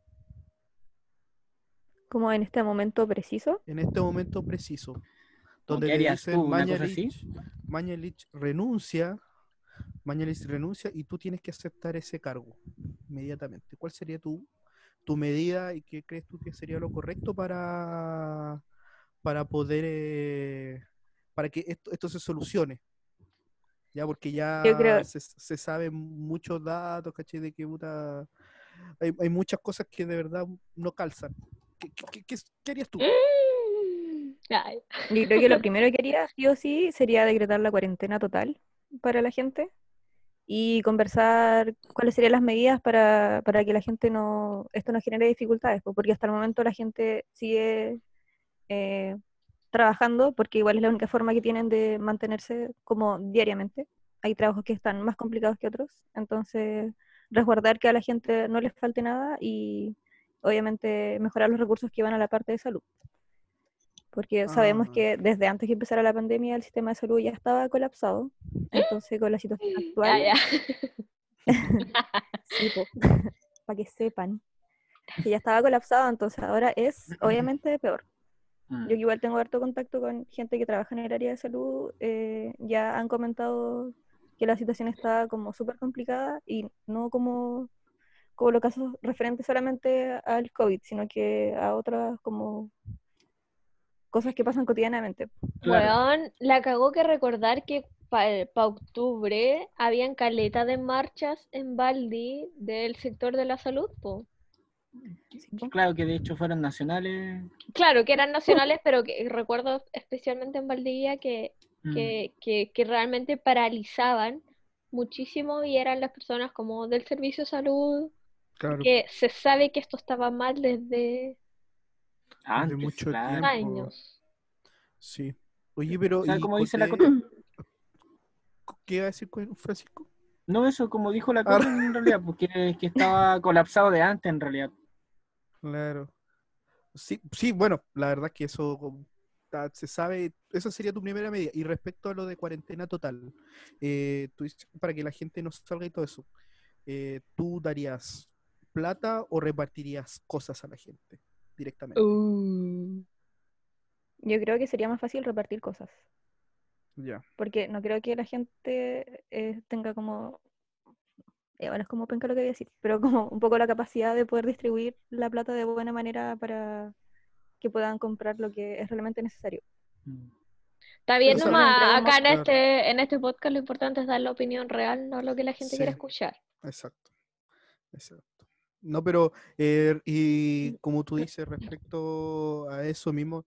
S4: Como en este momento preciso.
S3: en este momento preciso,
S1: ¿Cómo
S3: donde
S1: qué
S3: le
S1: harías
S3: dicen
S1: tú? ¿Una cosa así?
S3: Mañalich, Mañalich renuncia, Mañalich renuncia y tú tienes que aceptar ese cargo inmediatamente. ¿Cuál sería tu, tu medida y qué crees tú que sería lo correcto para, para poder, eh, para que esto, esto se solucione? Ya, porque ya
S4: Yo creo-
S3: se, se saben muchos datos, ¿cachai? De que puta, hay, hay muchas cosas que de verdad no calzan. ¿Qué, qué- qué- qué harías
S4: ¿Eh?
S3: tú?
S2: Ay,
S4: Yo creo que lo primero que haría, sí o sí, sería decretar la cuarentena total para la gente y conversar cuáles serían las medidas para, para que la gente no, esto no genere dificultades, pues, porque hasta el momento la gente sigue eh, trabajando, porque igual es la única forma que tienen de mantenerse como diariamente. Hay trabajos que están más complicados que otros, entonces resguardar que a la gente no les falte nada y obviamente mejorar los recursos que van a la parte de salud. Porque sabemos
S3: Ah.
S4: que desde antes que empezara la pandemia el sistema de salud ya estaba colapsado. Entonces con la situación actual,
S2: ¿Eh? ya, ya.
S4: (laughs) para que sepan que ya estaba colapsado, entonces ahora es obviamente peor.
S1: Mm.
S4: Yo que igual tengo harto contacto con gente que trabaja en el área de salud, eh, ya han comentado que la situación está como súper complicada y no como, como los casos referentes solamente al COVID, sino que a otras como cosas que pasan cotidianamente.
S1: Claro.
S2: Weón, la cagó que recordar que para octubre habían caleta de marchas en Baldi del sector de la salud, po.
S4: Sí, po.
S1: claro que de hecho fueron nacionales.
S2: Claro, que eran
S3: (laughs)
S2: nacionales, pero que recuerdo especialmente en Valdivia que,
S1: Mm.
S2: que, que, que realmente paralizaban muchísimo y eran las personas como del servicio de salud,
S3: Claro.
S2: que se sabe que esto estaba mal desde
S1: Antes,
S3: mucho
S1: claro.
S3: tiempo.
S2: años.
S3: Sí. Oye, pero.
S1: O sea,
S3: ¿y
S1: como
S3: con-
S1: dice la
S3: eh,
S1: Coco.
S3: ¿Qué iba a decir con Francisco?
S1: No, eso como dijo la
S3: Ahora-
S1: Coco en realidad, porque que
S3: (laughs)
S1: estaba colapsado de antes en realidad.
S3: Claro. Sí, sí, bueno, la verdad es que eso como, ta- se sabe. Esa sería tu primera medida. Y respecto a lo de cuarentena total, eh, tú dices para que la gente no salga y todo eso, eh, ¿tú darías plata o repartirías cosas a la gente? directamente.
S2: Uh.
S4: Yo creo que sería más fácil repartir cosas.
S3: Ya.
S4: Porque no creo que la gente eh, tenga como. eh, bueno, es como penca lo que voy a decir, (laughs) pero como un poco la capacidad de poder distribuir la plata de buena manera para que puedan comprar lo que es realmente
S3: (coughs)
S4: necesario.
S2: Está bien
S3: Eso
S2: nomás,
S4: lo entregamos,
S2: acá en
S3: claro.
S2: este, en este podcast lo importante es dar la opinión real, no lo que la gente
S3: Sí.
S2: quiere escuchar.
S3: Exacto. Exacto. No, pero, eh, y como tú dices, respecto a eso mismo,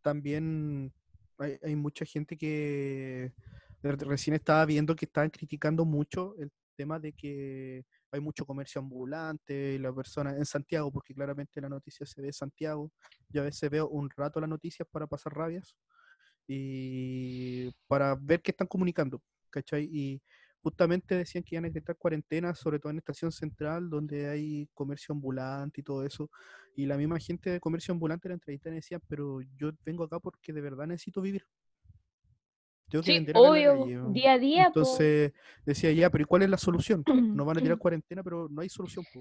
S3: también hay, hay mucha gente que re- recién estaba viendo que estaban criticando mucho el tema de que hay mucho comercio ambulante, y la persona en Santiago, porque claramente la noticia se ve en Santiago. Yo a veces veo un rato las noticias para pasar rabias y para ver qué están comunicando, ¿cachai? Y justamente decían que iban a decretar cuarentena, sobre todo en Estación Central, donde hay comercio ambulante y todo eso. Y la misma gente de comercio ambulante la entrevistaban y decían, pero yo vengo acá porque de verdad necesito vivir. Tengo que
S2: Sí,
S3: vender acá en la
S2: obvio,
S3: calle, weón".
S2: día a día, po.
S3: Entonces decía ya, pero ¿y cuál es la
S2: (clears throat)
S3: solución?
S4: (coughs)
S3: Nos van a tirar cuarentena, pero no hay solución. po.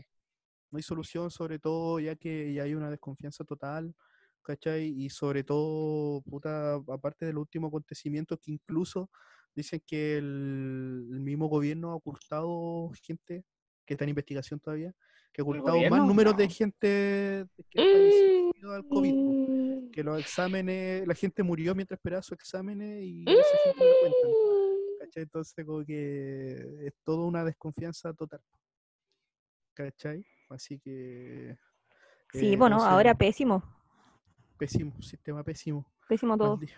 S3: No hay solución, sobre todo ya que ya hay una desconfianza total, ¿cachai? Y sobre todo, puta, aparte del último acontecimiento que incluso dicen que el, el mismo gobierno ha ocultado gente, que está en investigación todavía, que ha ocultado más
S1: gobierno?
S3: números de
S1: No.
S3: gente que ha
S2: Mm,
S3: fallecido al COVID. po
S2: mm,
S3: que los exámenes, la gente murió mientras esperaba sus exámenes y esa gente no la cuentan.
S2: Mm.
S3: ¿Cachai? Entonces, como que es toda una desconfianza total. ¿Cachai? Así que.
S4: Sí,
S3: eh,
S4: bueno,
S3: no sé,
S4: ahora pésimo,
S3: Pésimo, sistema pésimo.
S4: pésimo todo.
S3: Maldi-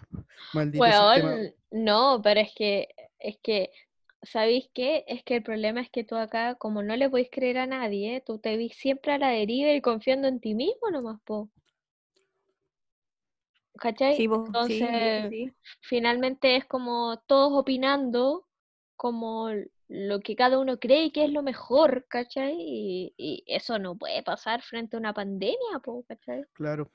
S3: maldito (laughs) sistema.
S2: Weón, no, pero es que, es que, ¿sabéis qué? Es que el problema es que tú acá, como no le podéis creer a nadie, tú te vis siempre a la deriva y confiando en ti mismo nomás, po. ¿Cachai?
S4: Sí, vos, sí,
S2: Entonces,
S4: sí.
S2: finalmente es como todos opinando como l- lo que cada uno cree que es lo mejor, ¿cachai? Y, y eso no puede pasar frente a una pandemia, po, ¿cachai?
S3: Claro.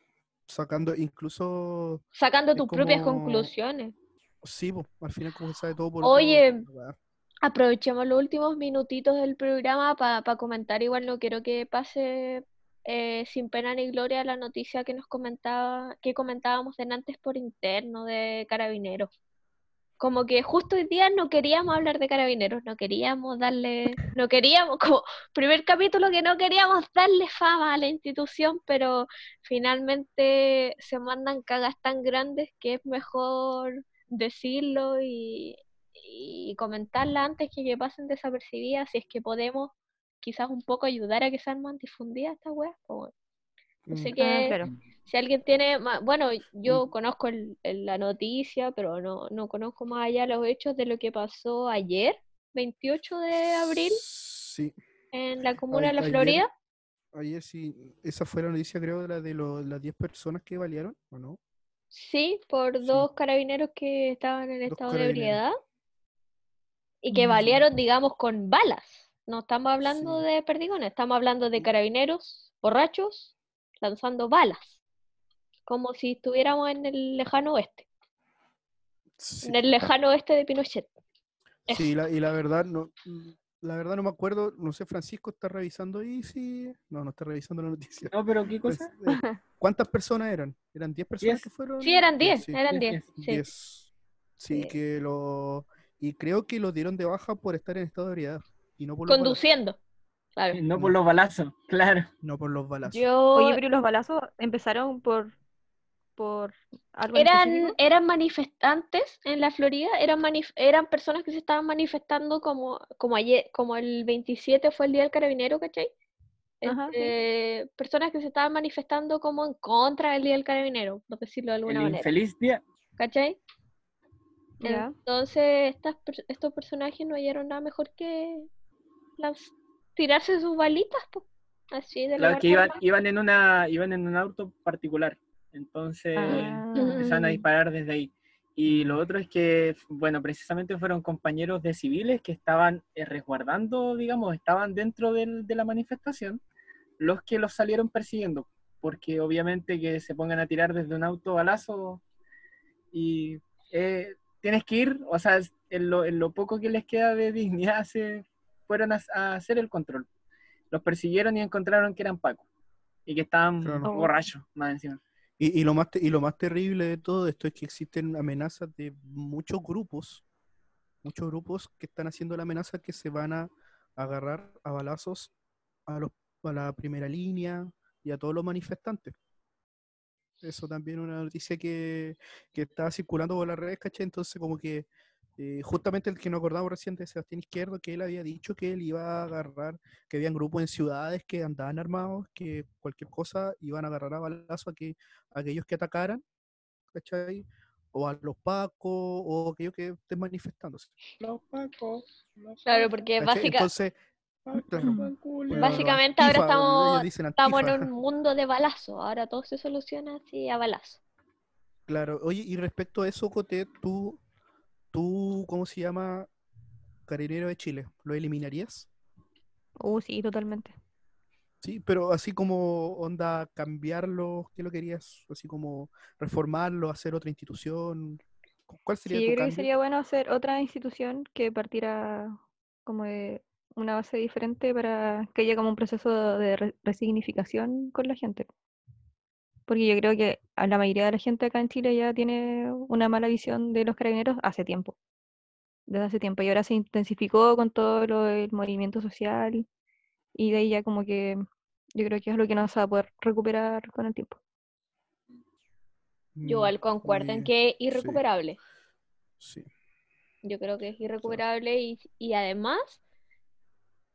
S3: Sacando incluso.
S2: Sacando
S3: Es
S2: tus propias
S3: como-
S2: conclusiones.
S3: Sí, po, al final, como que sabe todo por.
S2: Oye,
S3: otro lugar.
S2: Aprovechemos los últimos minutitos del programa para comentar, igual no quiero que pase eh, sin pena ni gloria la noticia que nos comentaba, que comentábamos de antes por interno de Carabineros. Como que justo hoy día no queríamos hablar de Carabineros, no queríamos darle, no queríamos, como primer capítulo que no queríamos darle fama a la institución, pero finalmente se mandan cagas tan grandes que es mejor decirlo y, y comentarla antes que, que pasen desapercibidas, si es que podemos quizás un poco ayudar a que sean más difundidas estas weas. po, weón. Así
S3: Mm,
S4: Ah,
S2: que
S4: claro.
S2: pues si alguien tiene más, bueno, yo
S3: Mm.
S2: conozco el- el- la noticia, pero no, no conozco más allá los hechos de lo que pasó ayer, 28 de abril,
S3: Sí.
S2: en la comuna de la
S3: ayer-
S2: Florida.
S3: Ayer sí, esa fue la noticia, creo, de la de lo- las 10 personas que balearon, ¿o no?
S2: Sí, por
S3: Sí.
S2: dos carabineros que estaban en
S3: Dos
S2: estado de
S3: carabineros.
S2: ebriedad y que
S3: Mm.
S2: valieron, digamos, con balas. No estamos hablando
S3: Sí.
S2: de perdigones, estamos hablando de
S3: Mm.
S2: carabineros borrachos lanzando balas, como si estuviéramos en el lejano oeste,
S3: Sí.
S2: en el lejano oeste de Pinochet.
S3: Sí, la- y la verdad no, mm, la verdad no me acuerdo, no sé, Francisco está revisando y sí, no, no está revisando la noticia.
S1: No, pero ¿qué
S3: (laughs) Pues,
S1: cosa?
S2: (laughs)
S3: eh, ¿Cuántas personas eran? ¿Eran 10 personas
S1: Diez.
S3: que fueron?
S2: Sí, eran
S3: Ya,
S2: 10,
S3: sí,
S2: eran
S1: diez,
S2: 10. Sí.
S3: 10. Sí,
S2: Sí.
S3: que lo y creo que los dieron de baja por estar en estado de ebriedad y no por los balazos,
S2: Conduciendo. Claro.
S3: eh,
S1: No
S3: mm.
S1: por los balazos, (laughs) claro.
S3: no por los balazos.
S2: Yo
S4: Oye, pero ¿y los balazos empezaron por, por algo en
S2: eran,
S4: específico?
S2: eran manifestantes en la Florida, eran, manif- eran personas que se estaban manifestando como, como ayer, como el 27 fue el día del carabinero, ¿cachai?
S4: Ajá, sí.
S2: Este, Personas que se estaban manifestando como en contra del día del carabinero, por decirlo de alguna
S1: El
S2: manera,
S1: infeliz día.
S2: ¿cachai?
S4: Ya.
S2: Entonces, estas, per- estos personajes no hallaron nada mejor que lanz- tirarse sus balitas, po, así de
S1: Claro
S2: la
S1: que iban, iban en una, iban en un auto particular. Entonces
S4: Ah.
S1: empezaron a
S2: Mm.
S1: disparar desde ahí. Y lo otro es que, bueno, precisamente fueron compañeros de civiles que estaban eh, resguardando, digamos, estaban dentro del- de la manifestación, los que los salieron persiguiendo, porque obviamente que se pongan a tirar desde un auto balazo y eh, tienes que ir, o sea, es- en lo, en lo poco que les queda de (laughs) dignidad se fueron a, a hacer el control. Los persiguieron y encontraron que eran Paco. y que estaban
S3: Claro.
S1: borrachos, más encima.
S3: Y, y lo más te- y lo más terrible de todo esto es que existen amenazas de muchos grupos, muchos grupos que están haciendo la amenaza que se van a agarrar a balazos a, los, a la primera línea y a todos los manifestantes. Eso también es una noticia que, que está circulando por las redes, ¿cachai? Entonces como que eh, justamente el que nos acordamos recién de Sebastián Izquierdo, que él había dicho que él iba a agarrar que habían grupos en ciudades que andaban armados, que cualquier cosa iban a agarrar a balazo a, que, a aquellos que atacaran, ¿cachai? O a los pacos, o aquellos que estén manifestándose.
S2: Claro, porque
S3: ¿cachai?
S2: básica,
S3: Entonces, claro, bueno, los
S2: Básicamente ahora
S3: antifa,
S2: estamos-
S3: ellos dicen
S2: estamos en
S3: antifa,
S2: un mundo de balazos. Ahora todo se soluciona así a balazos.
S3: (laughs) Claro, oye, y respecto a eso, Cote, tú, tú, ¿cómo se llama? Carabinero de Chile, ¿lo eliminarías?
S4: Uh, sí, totalmente.
S3: Sí, pero así como onda cambiarlo, ¿qué lo querías? Así como reformarlo, hacer otra institución. ¿cu- ¿Cuál
S4: Sí,
S3: sería
S4: yo
S3: tu
S4: creo que
S3: cambio?
S4: sería bueno hacer otra institución que partiera como de una base diferente para que haya como un proceso de re- resignificación con la gente. Porque yo creo que a la mayoría de la gente acá en Chile ya tiene una mala visión de los carabineros hace tiempo. Desde hace tiempo. Y ahora se intensificó con todo lo del movimiento social. Y de ahí ya como que yo creo que es lo que no se va a poder recuperar con el tiempo.
S2: Yo igual concuerdo en
S3: Mm,
S2: que es irrecuperable.
S3: Sí.
S2: Yo creo que es irrecuperable y, y además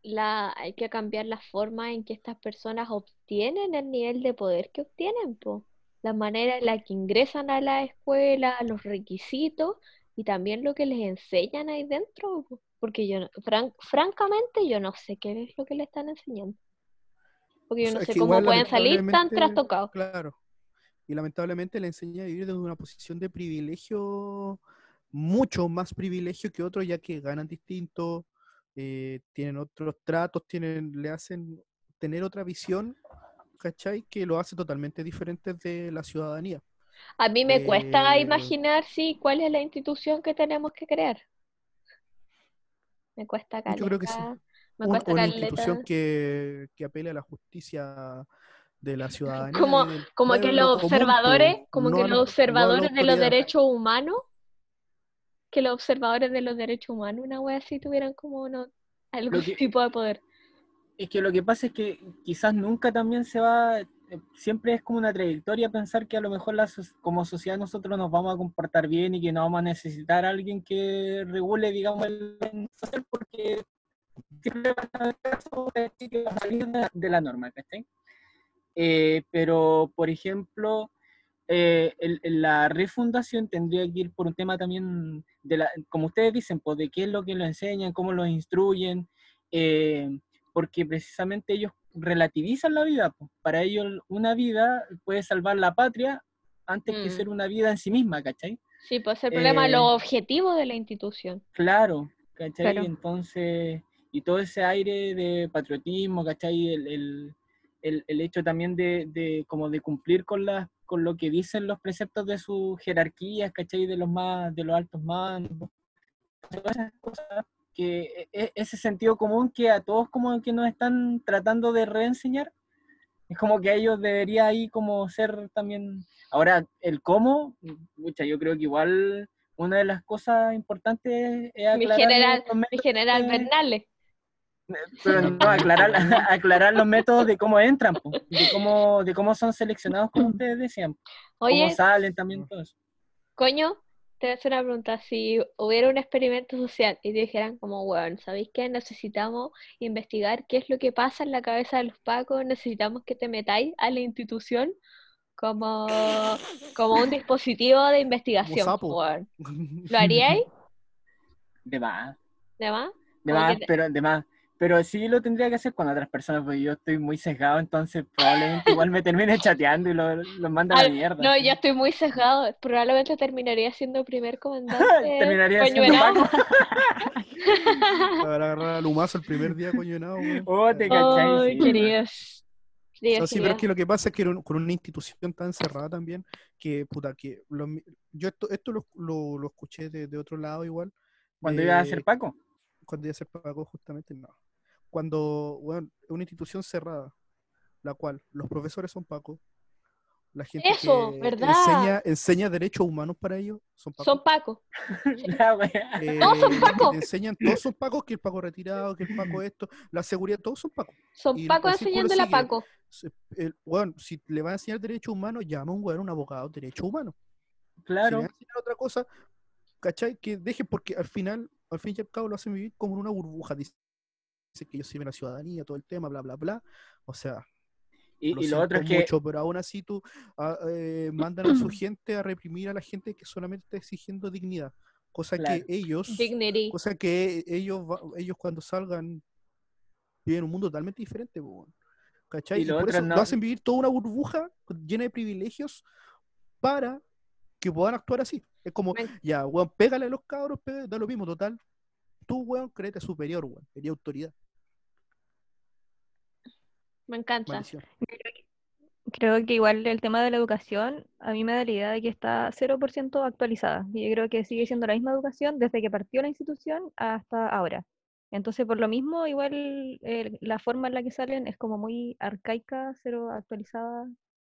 S2: la, hay que cambiar la forma en que estas personas obtienen el nivel de poder que obtienen, po. La manera en la que ingresan a la escuela, los requisitos y también lo que les enseñan ahí dentro, po. Porque yo, no- fran- francamente, yo no sé qué es lo que le están enseñando. Porque
S3: O
S2: yo no
S3: sea, es
S2: sé
S3: que
S2: cómo
S3: igual,
S2: pueden salir tan
S3: lamentablemente,
S2: trastocados.
S3: Claro. Y lamentablemente le enseña a vivir desde una posición de privilegio, mucho más privilegio que otros, ya que ganan distinto, eh, tienen otros tratos, tienen, le hacen tener otra visión, ¿cachai? Que lo hace totalmente diferente de la ciudadanía.
S2: A mí me cuesta
S3: Eh,
S2: imaginar, sí, cuál es la institución que tenemos que crear. Me cuesta caleta.
S3: Yo creo que sí.
S2: Me
S3: Un-
S2: cuesta
S3: una
S2: caleta.
S3: institución que, que apele a la justicia de la ciudadanía.
S2: Como-
S3: y del
S2: Como que
S3: pueblo
S2: los
S3: común,
S2: observadores,
S3: po,
S2: como
S3: no
S2: que
S3: a la-
S2: los
S3: no a la
S2: observadores de los
S3: autoridad.
S2: derechos humanos, que los observadores de los derechos humanos, una wea así, tuvieran como uno, algún
S1: que-
S2: (laughs) tipo de poder.
S1: Es que lo que pasa es que quizás nunca también se va, eh, siempre es como una trayectoria pensar que a lo mejor la so- como sociedad nosotros nos vamos a comportar bien y que no vamos a necesitar a alguien que regule, digamos, el orden social porque siempre van a haber casos de gente que va a salir de la, de la norma, ¿cachai? Eh, pero, por ejemplo, eh, el- el- la refundación tendría que ir por un tema también, de la, como ustedes dicen, pues de qué es lo que los enseñan, cómo los instruyen. eh, porque precisamente ellos relativizan la vida. po. Para ellos una vida puede salvar la patria antes que
S2: Mm.
S1: ser una vida en sí misma, ¿cachai?
S2: Sí, pues el problema,
S1: Eh,
S2: los objetivos de la institución.
S1: Claro, ¿cachai?
S4: Claro.
S1: Entonces, y todo ese aire de patriotismo, ¿cachai? El, el- el- el hecho también de, de como de cumplir con las con lo que dicen los preceptos de sus jerarquías, ¿cachai? De los más, de los altos mandos, todas esas cosas que e- e- ese sentido común que a todos como que nos están tratando de reenseñar, es como que a ellos debería ahí como ser también. Ahora, el cómo, pucha, yo creo que igual una de las cosas importantes es
S2: Mi
S1: aclarar
S2: general-
S1: los métodos,
S2: General
S1: eh,
S2: Bernales.
S1: pero no, aclarar, (laughs) aclarar los métodos de cómo entran, po, de cómo, de cómo son seleccionados, como ustedes decían,
S2: Oye,
S1: cómo salen también todo eso.
S2: Coño, te voy a hacer una pregunta. Si hubiera un experimento social y te dijeran como, weón, ¿sabéis qué? Necesitamos investigar qué es lo que pasa en la cabeza de los pacos, necesitamos que te metáis a la institución como, como un dispositivo de investigación,
S3: sapo.
S2: weón. ¿Lo haríais?
S1: De más,
S2: ¿De más?
S1: de
S2: Como
S1: más,
S2: que te-
S1: pero de más. Pero sí lo tendría que hacer con otras personas, porque yo estoy muy sesgado, entonces probablemente igual me termine (laughs) chateando y lo- los manda a la
S2: Al-
S1: mierda.
S2: No, yo estoy muy sesgado. Probablemente terminaría siendo primer comandante.
S1: (laughs) Terminaría siendo
S2: coñuelao.
S1: Paco.
S3: Para agarrar al humazo el primer día, coño, no, weón.
S1: (laughs) Oh, te
S3: Ah,
S1: cachai,
S2: Ay,
S1: sí.
S2: queridos. Queridos,
S3: No, sí, pero es
S2: queridos.
S3: que lo que pasa es que era un- con una institución tan cerrada también, que puta, que lo mi- yo esto, esto lo, lo- lo escuché de, de otro lado igual.
S1: Cuando
S3: de-
S1: iba a ser
S2: (laughs)
S1: Paco. (laughs)
S3: Cuando iba a ser pago, justamente, no. Cuando, bueno, una institución cerrada, la cual los profesores son pacos. La gente
S2: Eso,
S3: que
S2: ¿verdad?
S3: enseña, enseña derechos humanos para ellos son pacos.
S2: Son Paco.
S1: La wea.
S3: Eh,
S2: (laughs) Todos son
S3: te
S2: pacos.
S3: enseñan, todos son pacos, que el paco retirado, que el paco esto, la seguridad, todos son pacos.
S2: Son
S3: Y
S2: Paco
S3: así por lo
S2: enseñándole a
S3: sigue.
S2: Paco.
S3: Se- El, bueno, si le van a enseñar derechos humanos, llama a un weón, un abogado de derechos humanos. Si le
S1: Claro.
S3: van a enseñar otra cosa, ¿cachai? Que deje, porque al final, al fin y al cabo, lo hacen vivir como en una burbuja. Dice dice que ellos sirven a la ciudadanía, todo el tema, bla, bla, bla. O sea,
S1: Y, y lo
S3: siento
S1: otro es que
S3: mucho, pero aún así tú ah, eh, mandan
S1: (clears throat)
S3: a su gente a reprimir a la gente que solamente está exigiendo dignidad. Cosa
S1: Claro.
S3: que ellos,
S2: Dignity.
S3: cosa que ellos, va- ellos cuando salgan viven un mundo totalmente diferente, po, weón. ¿cachai?
S1: Y
S3: Y
S1: lo
S3: por
S1: otro
S3: eso
S1: no-
S3: lo hacen vivir toda una burbuja llena de privilegios para que puedan actuar así. Es como,
S2: Me-
S3: ya, weón, pégale a los cabros, pégale, da lo mismo, total. Tú, weón, créete superior, weón, eres autoridad.
S2: Me encanta.
S3: Maldición.
S4: Creo que igual el tema de la educación, a mí me da la idea de que está 0% actualizada. Y yo creo que sigue siendo la misma educación desde que partió la institución hasta ahora. Entonces, por lo mismo, igual eh, la forma en la que salen es como muy arcaica, cero actualizada,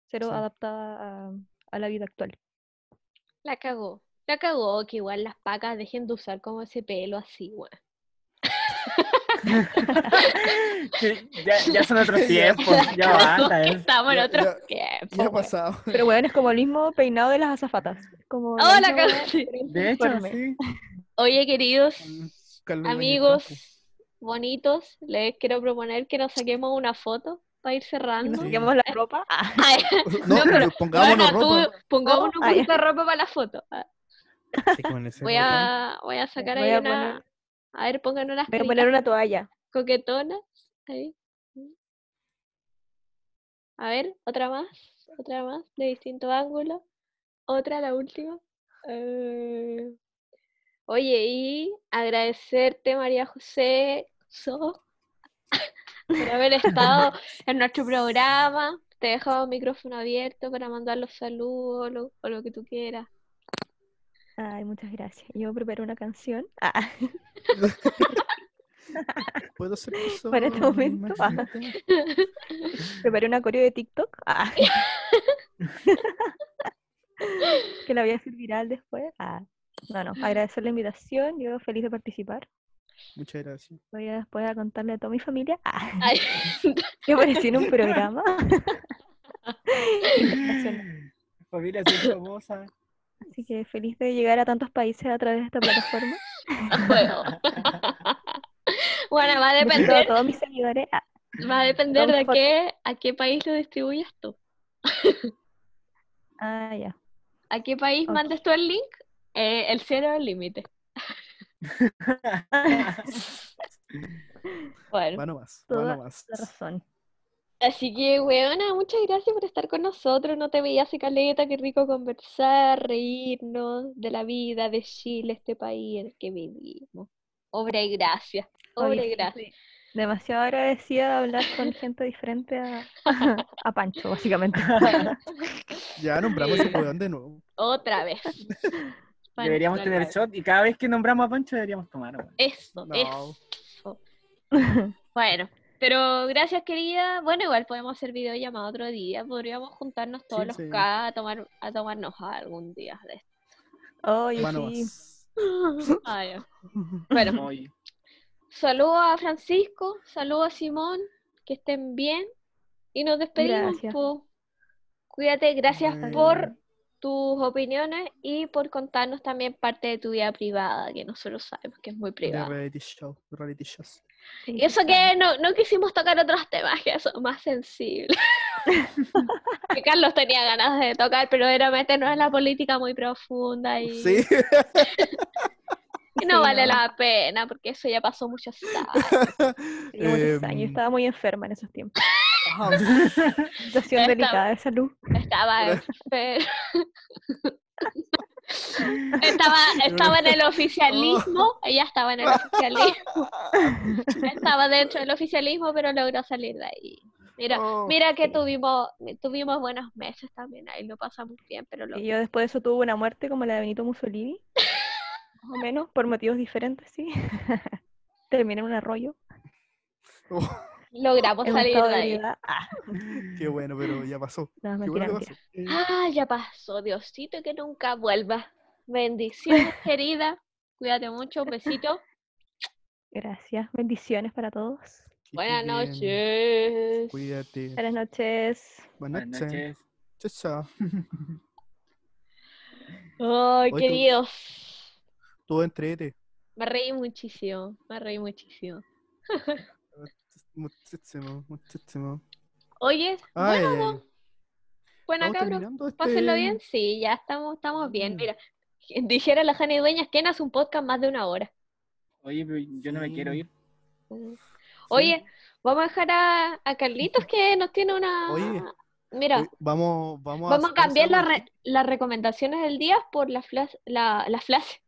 S4: cero
S3: Sí.
S4: adaptada a, a la vida actual.
S2: La cagó. La cagó que igual las pacas dejen de usar como ese pelo así, weón.
S1: (laughs) Sí, ya, ya son
S2: (laughs)
S1: otros
S3: Ya.
S1: tiempos, ya
S2: Cagó
S1: basta.
S2: que
S1: eh.
S2: Estamos en
S3: Ya-
S2: otros
S3: ya-
S2: tiempos.
S3: Ya ha
S2: weón.
S3: pasado.
S4: Pero bueno, es como el mismo peinado de las azafatas. es Como
S2: Oh, la
S4: misma
S2: cagó.
S4: weá,
S2: Sí.
S4: diferente
S1: De hecho,
S4: uniforme.
S1: sí.
S2: (laughs) Oye, queridos
S3: Carlos Ibáñez
S2: (laughs)
S3: Franco.
S2: amigos bonitos, les quiero proponer que nos saquemos una foto para ir
S4: Y nos
S2: (laughs) cerrando.
S3: Sí.
S4: saquemos la ropa. Ah,
S2: Ay,
S3: No,
S2: No, pero-
S3: pongámonos
S2: bueno, tú,
S3: ropa.
S2: pongámonos
S4: Ah, ya.
S2: poquito de ropa para la foto. Ah, Voy a, voy a sacar
S4: Voy
S2: ahí
S4: a
S2: una. A ver, pónganos las
S4: voy a
S2: caritas
S4: poner una toalla.
S2: coquetonas. Ahí. A ver, otra más. Otra más de distinto ángulo. Otra, la última. Eh, Oye, y agradecerte, María José, So, (laughs) por haber estado en nuestro programa. Te dejamos el micrófono abierto para mandar los saludos lo- o lo que tú quieras.
S4: Ay, muchas gracias. Yo preparé una canción. Ah.
S3: ¿Puedo hacer eso?
S4: Para este momento.
S3: Imagínate.
S4: Preparé una coreo de TikTok.
S2: (laughs)
S4: Ah. que la voy a hacer viral después. Ah. No, no. Agradecer la invitación. Yo feliz de participar.
S3: Muchas gracias.
S4: Voy a después a contarle a toda mi familia ah, (laughs)
S2: Ay,
S4: que aparecí en un
S2: (laughs)
S4: programa. Internacional.
S1: Familia soy famosa.
S4: Así que feliz de llegar a tantos países a través de esta plataforma.
S2: juego. (laughs) Bueno, va a
S4: Besito
S2: depender
S4: a todos mis seguidores. Ah,
S2: Va a depender de a
S4: Tampoco.
S2: qué, a qué país lo distribuyas tú.
S4: ah, ya.
S2: ¿A qué país
S4: Ok.
S2: mandes tú el link? Eh, el cero es el límite. Bueno,
S3: Va nomás. Va
S4: Toda
S3: nomás.
S4: La razón.
S2: así que, weona, muchas gracias por estar con nosotros. No te veía hace caleta, qué rico conversar, reírnos de la vida de Chile, este país en el que vivimos. Obra y gracias, obra
S4: Oye,
S2: y
S4: sí,
S2: gracias.
S4: estoy Demasiado agradecida de hablar con gente diferente a, (laughs) a Pancho, básicamente.
S3: Ya nombramos
S2: Sí.
S3: el weón de nuevo.
S2: Otra vez. Bueno,
S1: Deberíamos
S2: otra
S1: tener
S2: vez.
S1: shot y cada vez que nombramos a Pancho deberíamos tomar. weón.
S2: Eso,
S3: No.
S2: eso. Bueno, pero gracias querida. Bueno, igual podemos hacer videollamada otro día. Podríamos juntarnos todos
S3: Sí,
S2: los
S3: sí.
S2: K a tomar a tomarnos algún día de
S3: (laughs)
S2: esto.
S4: Oye,
S3: Va
S4: sí.
S3: nomás.
S2: Ah, ya. Bueno,
S1: Oye,
S2: saludos a Francisco, saludos a Simón, que estén bien y nos despedimos.
S4: Gracias.
S2: po. Cuídate, gracias
S3: Bueno.
S2: por tus opiniones y por contarnos también parte de tu vida privada, que nosotros sabemos que es muy
S3: De
S2: privada.
S3: reality show. de Reality shows.
S4: sí,
S2: Y eso
S4: sí,
S2: que no, no quisimos tocar otros temas que son más
S4: (laughs)
S2: sensibles. que Carlos tenía ganas de tocar, pero era meternos en la política muy profunda y,
S3: (laughs) Sí.
S2: (laughs) y no
S4: Sí,
S2: vale
S4: no.
S2: la pena porque eso ya pasó muchos años.
S4: Tenía muchos años,
S3: Em,
S4: estaba muy enferma en esos tiempos.
S2: (laughs) Ya
S4: Situación
S2: estaba-
S4: delicada de salud. (laughs)
S2: Estaba enfer- estaba, estaba en el
S4: Oh.
S2: oficialismo, ella estaba en el
S4: (laughs)
S2: oficialismo. Estaba dentro del oficialismo, pero logró salir de ahí. Mira,
S3: (laughs) Oh,
S2: mira que
S4: sí.
S2: tuvimos, tuvimos buenos meses también, ahí lo pasamos bien, pero lo
S4: Y yo después de eso tuve una muerte como la de Benito Mussolini, más o (laughs) menos, por motivos diferentes, sí. Terminé en un arroyo.
S3: oh,
S2: Logramos
S4: en
S2: salir
S4: estado
S2: de
S4: de
S2: ahí.
S4: ebriedad. Ah,
S3: Qué bueno, pero ya pasó.
S4: no,
S3: Qué
S4: mentira,
S3: bueno que
S4: mentira.
S3: pasó. Eh,
S2: Ah, ya pasó, Diosito, que nunca vuelva.
S3: (laughs)
S2: Bendiciones, querida. Cuídate mucho, besitos.
S4: Gracias. Bendiciones para todos.
S3: que estés
S2: Buenas
S3: bien.
S2: noches.
S3: Cuídate.
S4: Buenas noches.
S3: Buenas
S1: Buenas
S3: noches.
S1: noches.
S3: Chao, chao.
S2: Ay,
S3: tú-
S2: queridos.
S3: Tú entrete.
S2: Me reí muchísimo, me reí muchísimo.
S3: Muchísimo, muchísimo.
S2: Oye,
S3: Ay,
S2: bueno,
S3: ay, ay.
S2: buena
S3: Estamos
S2: cabros,
S3: terminando este-
S2: pásenlo bien. Sí, ya estamos, estamos bien.
S3: Mm.
S2: Mira, (laughs) dijera la Jane Dueñas que hace un podcast más de una hora.
S1: Oye, pero yo no me
S3: Sí.
S1: quiero ir.
S2: Oye, vamos a dejar a, a
S3: (laughs)
S2: Carlitos que nos tiene una.
S3: Oye.
S2: Mira,
S3: Oye, Vamos, vamos,
S2: vamos a
S3: ¿cómo se
S2: cambiar la
S3: llama?
S2: re- las recomendaciones del día por la flas- la, la frase.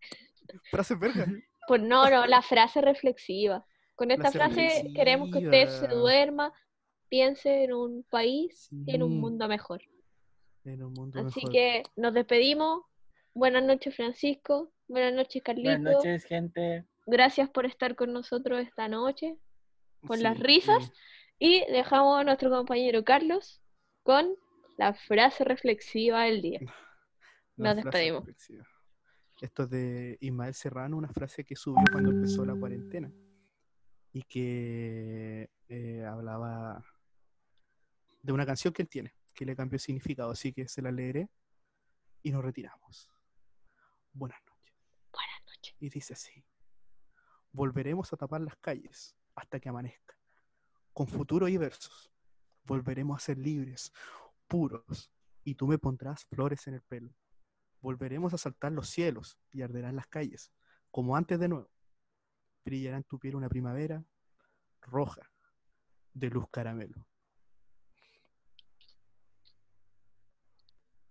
S3: Frases vergas.
S2: (laughs) Por no, no, la frase reflexiva. Con esta
S3: Frase
S2: frase queremos que usted se
S3: reflexiva.
S2: duerma, piense en un país y (laughs) en un
S3: Sí.
S2: mundo mejor.
S3: En un Mm, mundo
S2: Así
S3: mejor.
S2: que nos despedimos. Buenas noches, Francisco. Buenas noches, Carlitos.
S1: Buenas noches, gente.
S2: Gracias por estar con nosotros esta noche. con las
S3: Sí,
S2: risas.
S3: sí.
S2: Y dejamos a nuestro compañero Carlos con la frase reflexiva del día.
S3: La
S2: Nos
S3: frase
S2: despedimos.
S3: reflexiva. Esto es de Ismael Serrano, una frase que subió cuando empezó la cuarentena y que eh, hablaba de una canción que él tiene, que le cambió el significado, así que se la leeré y nos retiramos. Buenas noches.
S2: Buenas noches.
S3: Y dice así, volveremos a tapar las calles hasta que amanezca, con futuro y versos. Volveremos a ser libres, puros, y tú me pondrás flores en el pelo. Volveremos a saltar los cielos y arderán las calles, como antes de nuevo. Brillará en tu piel una primavera roja de luz caramelo.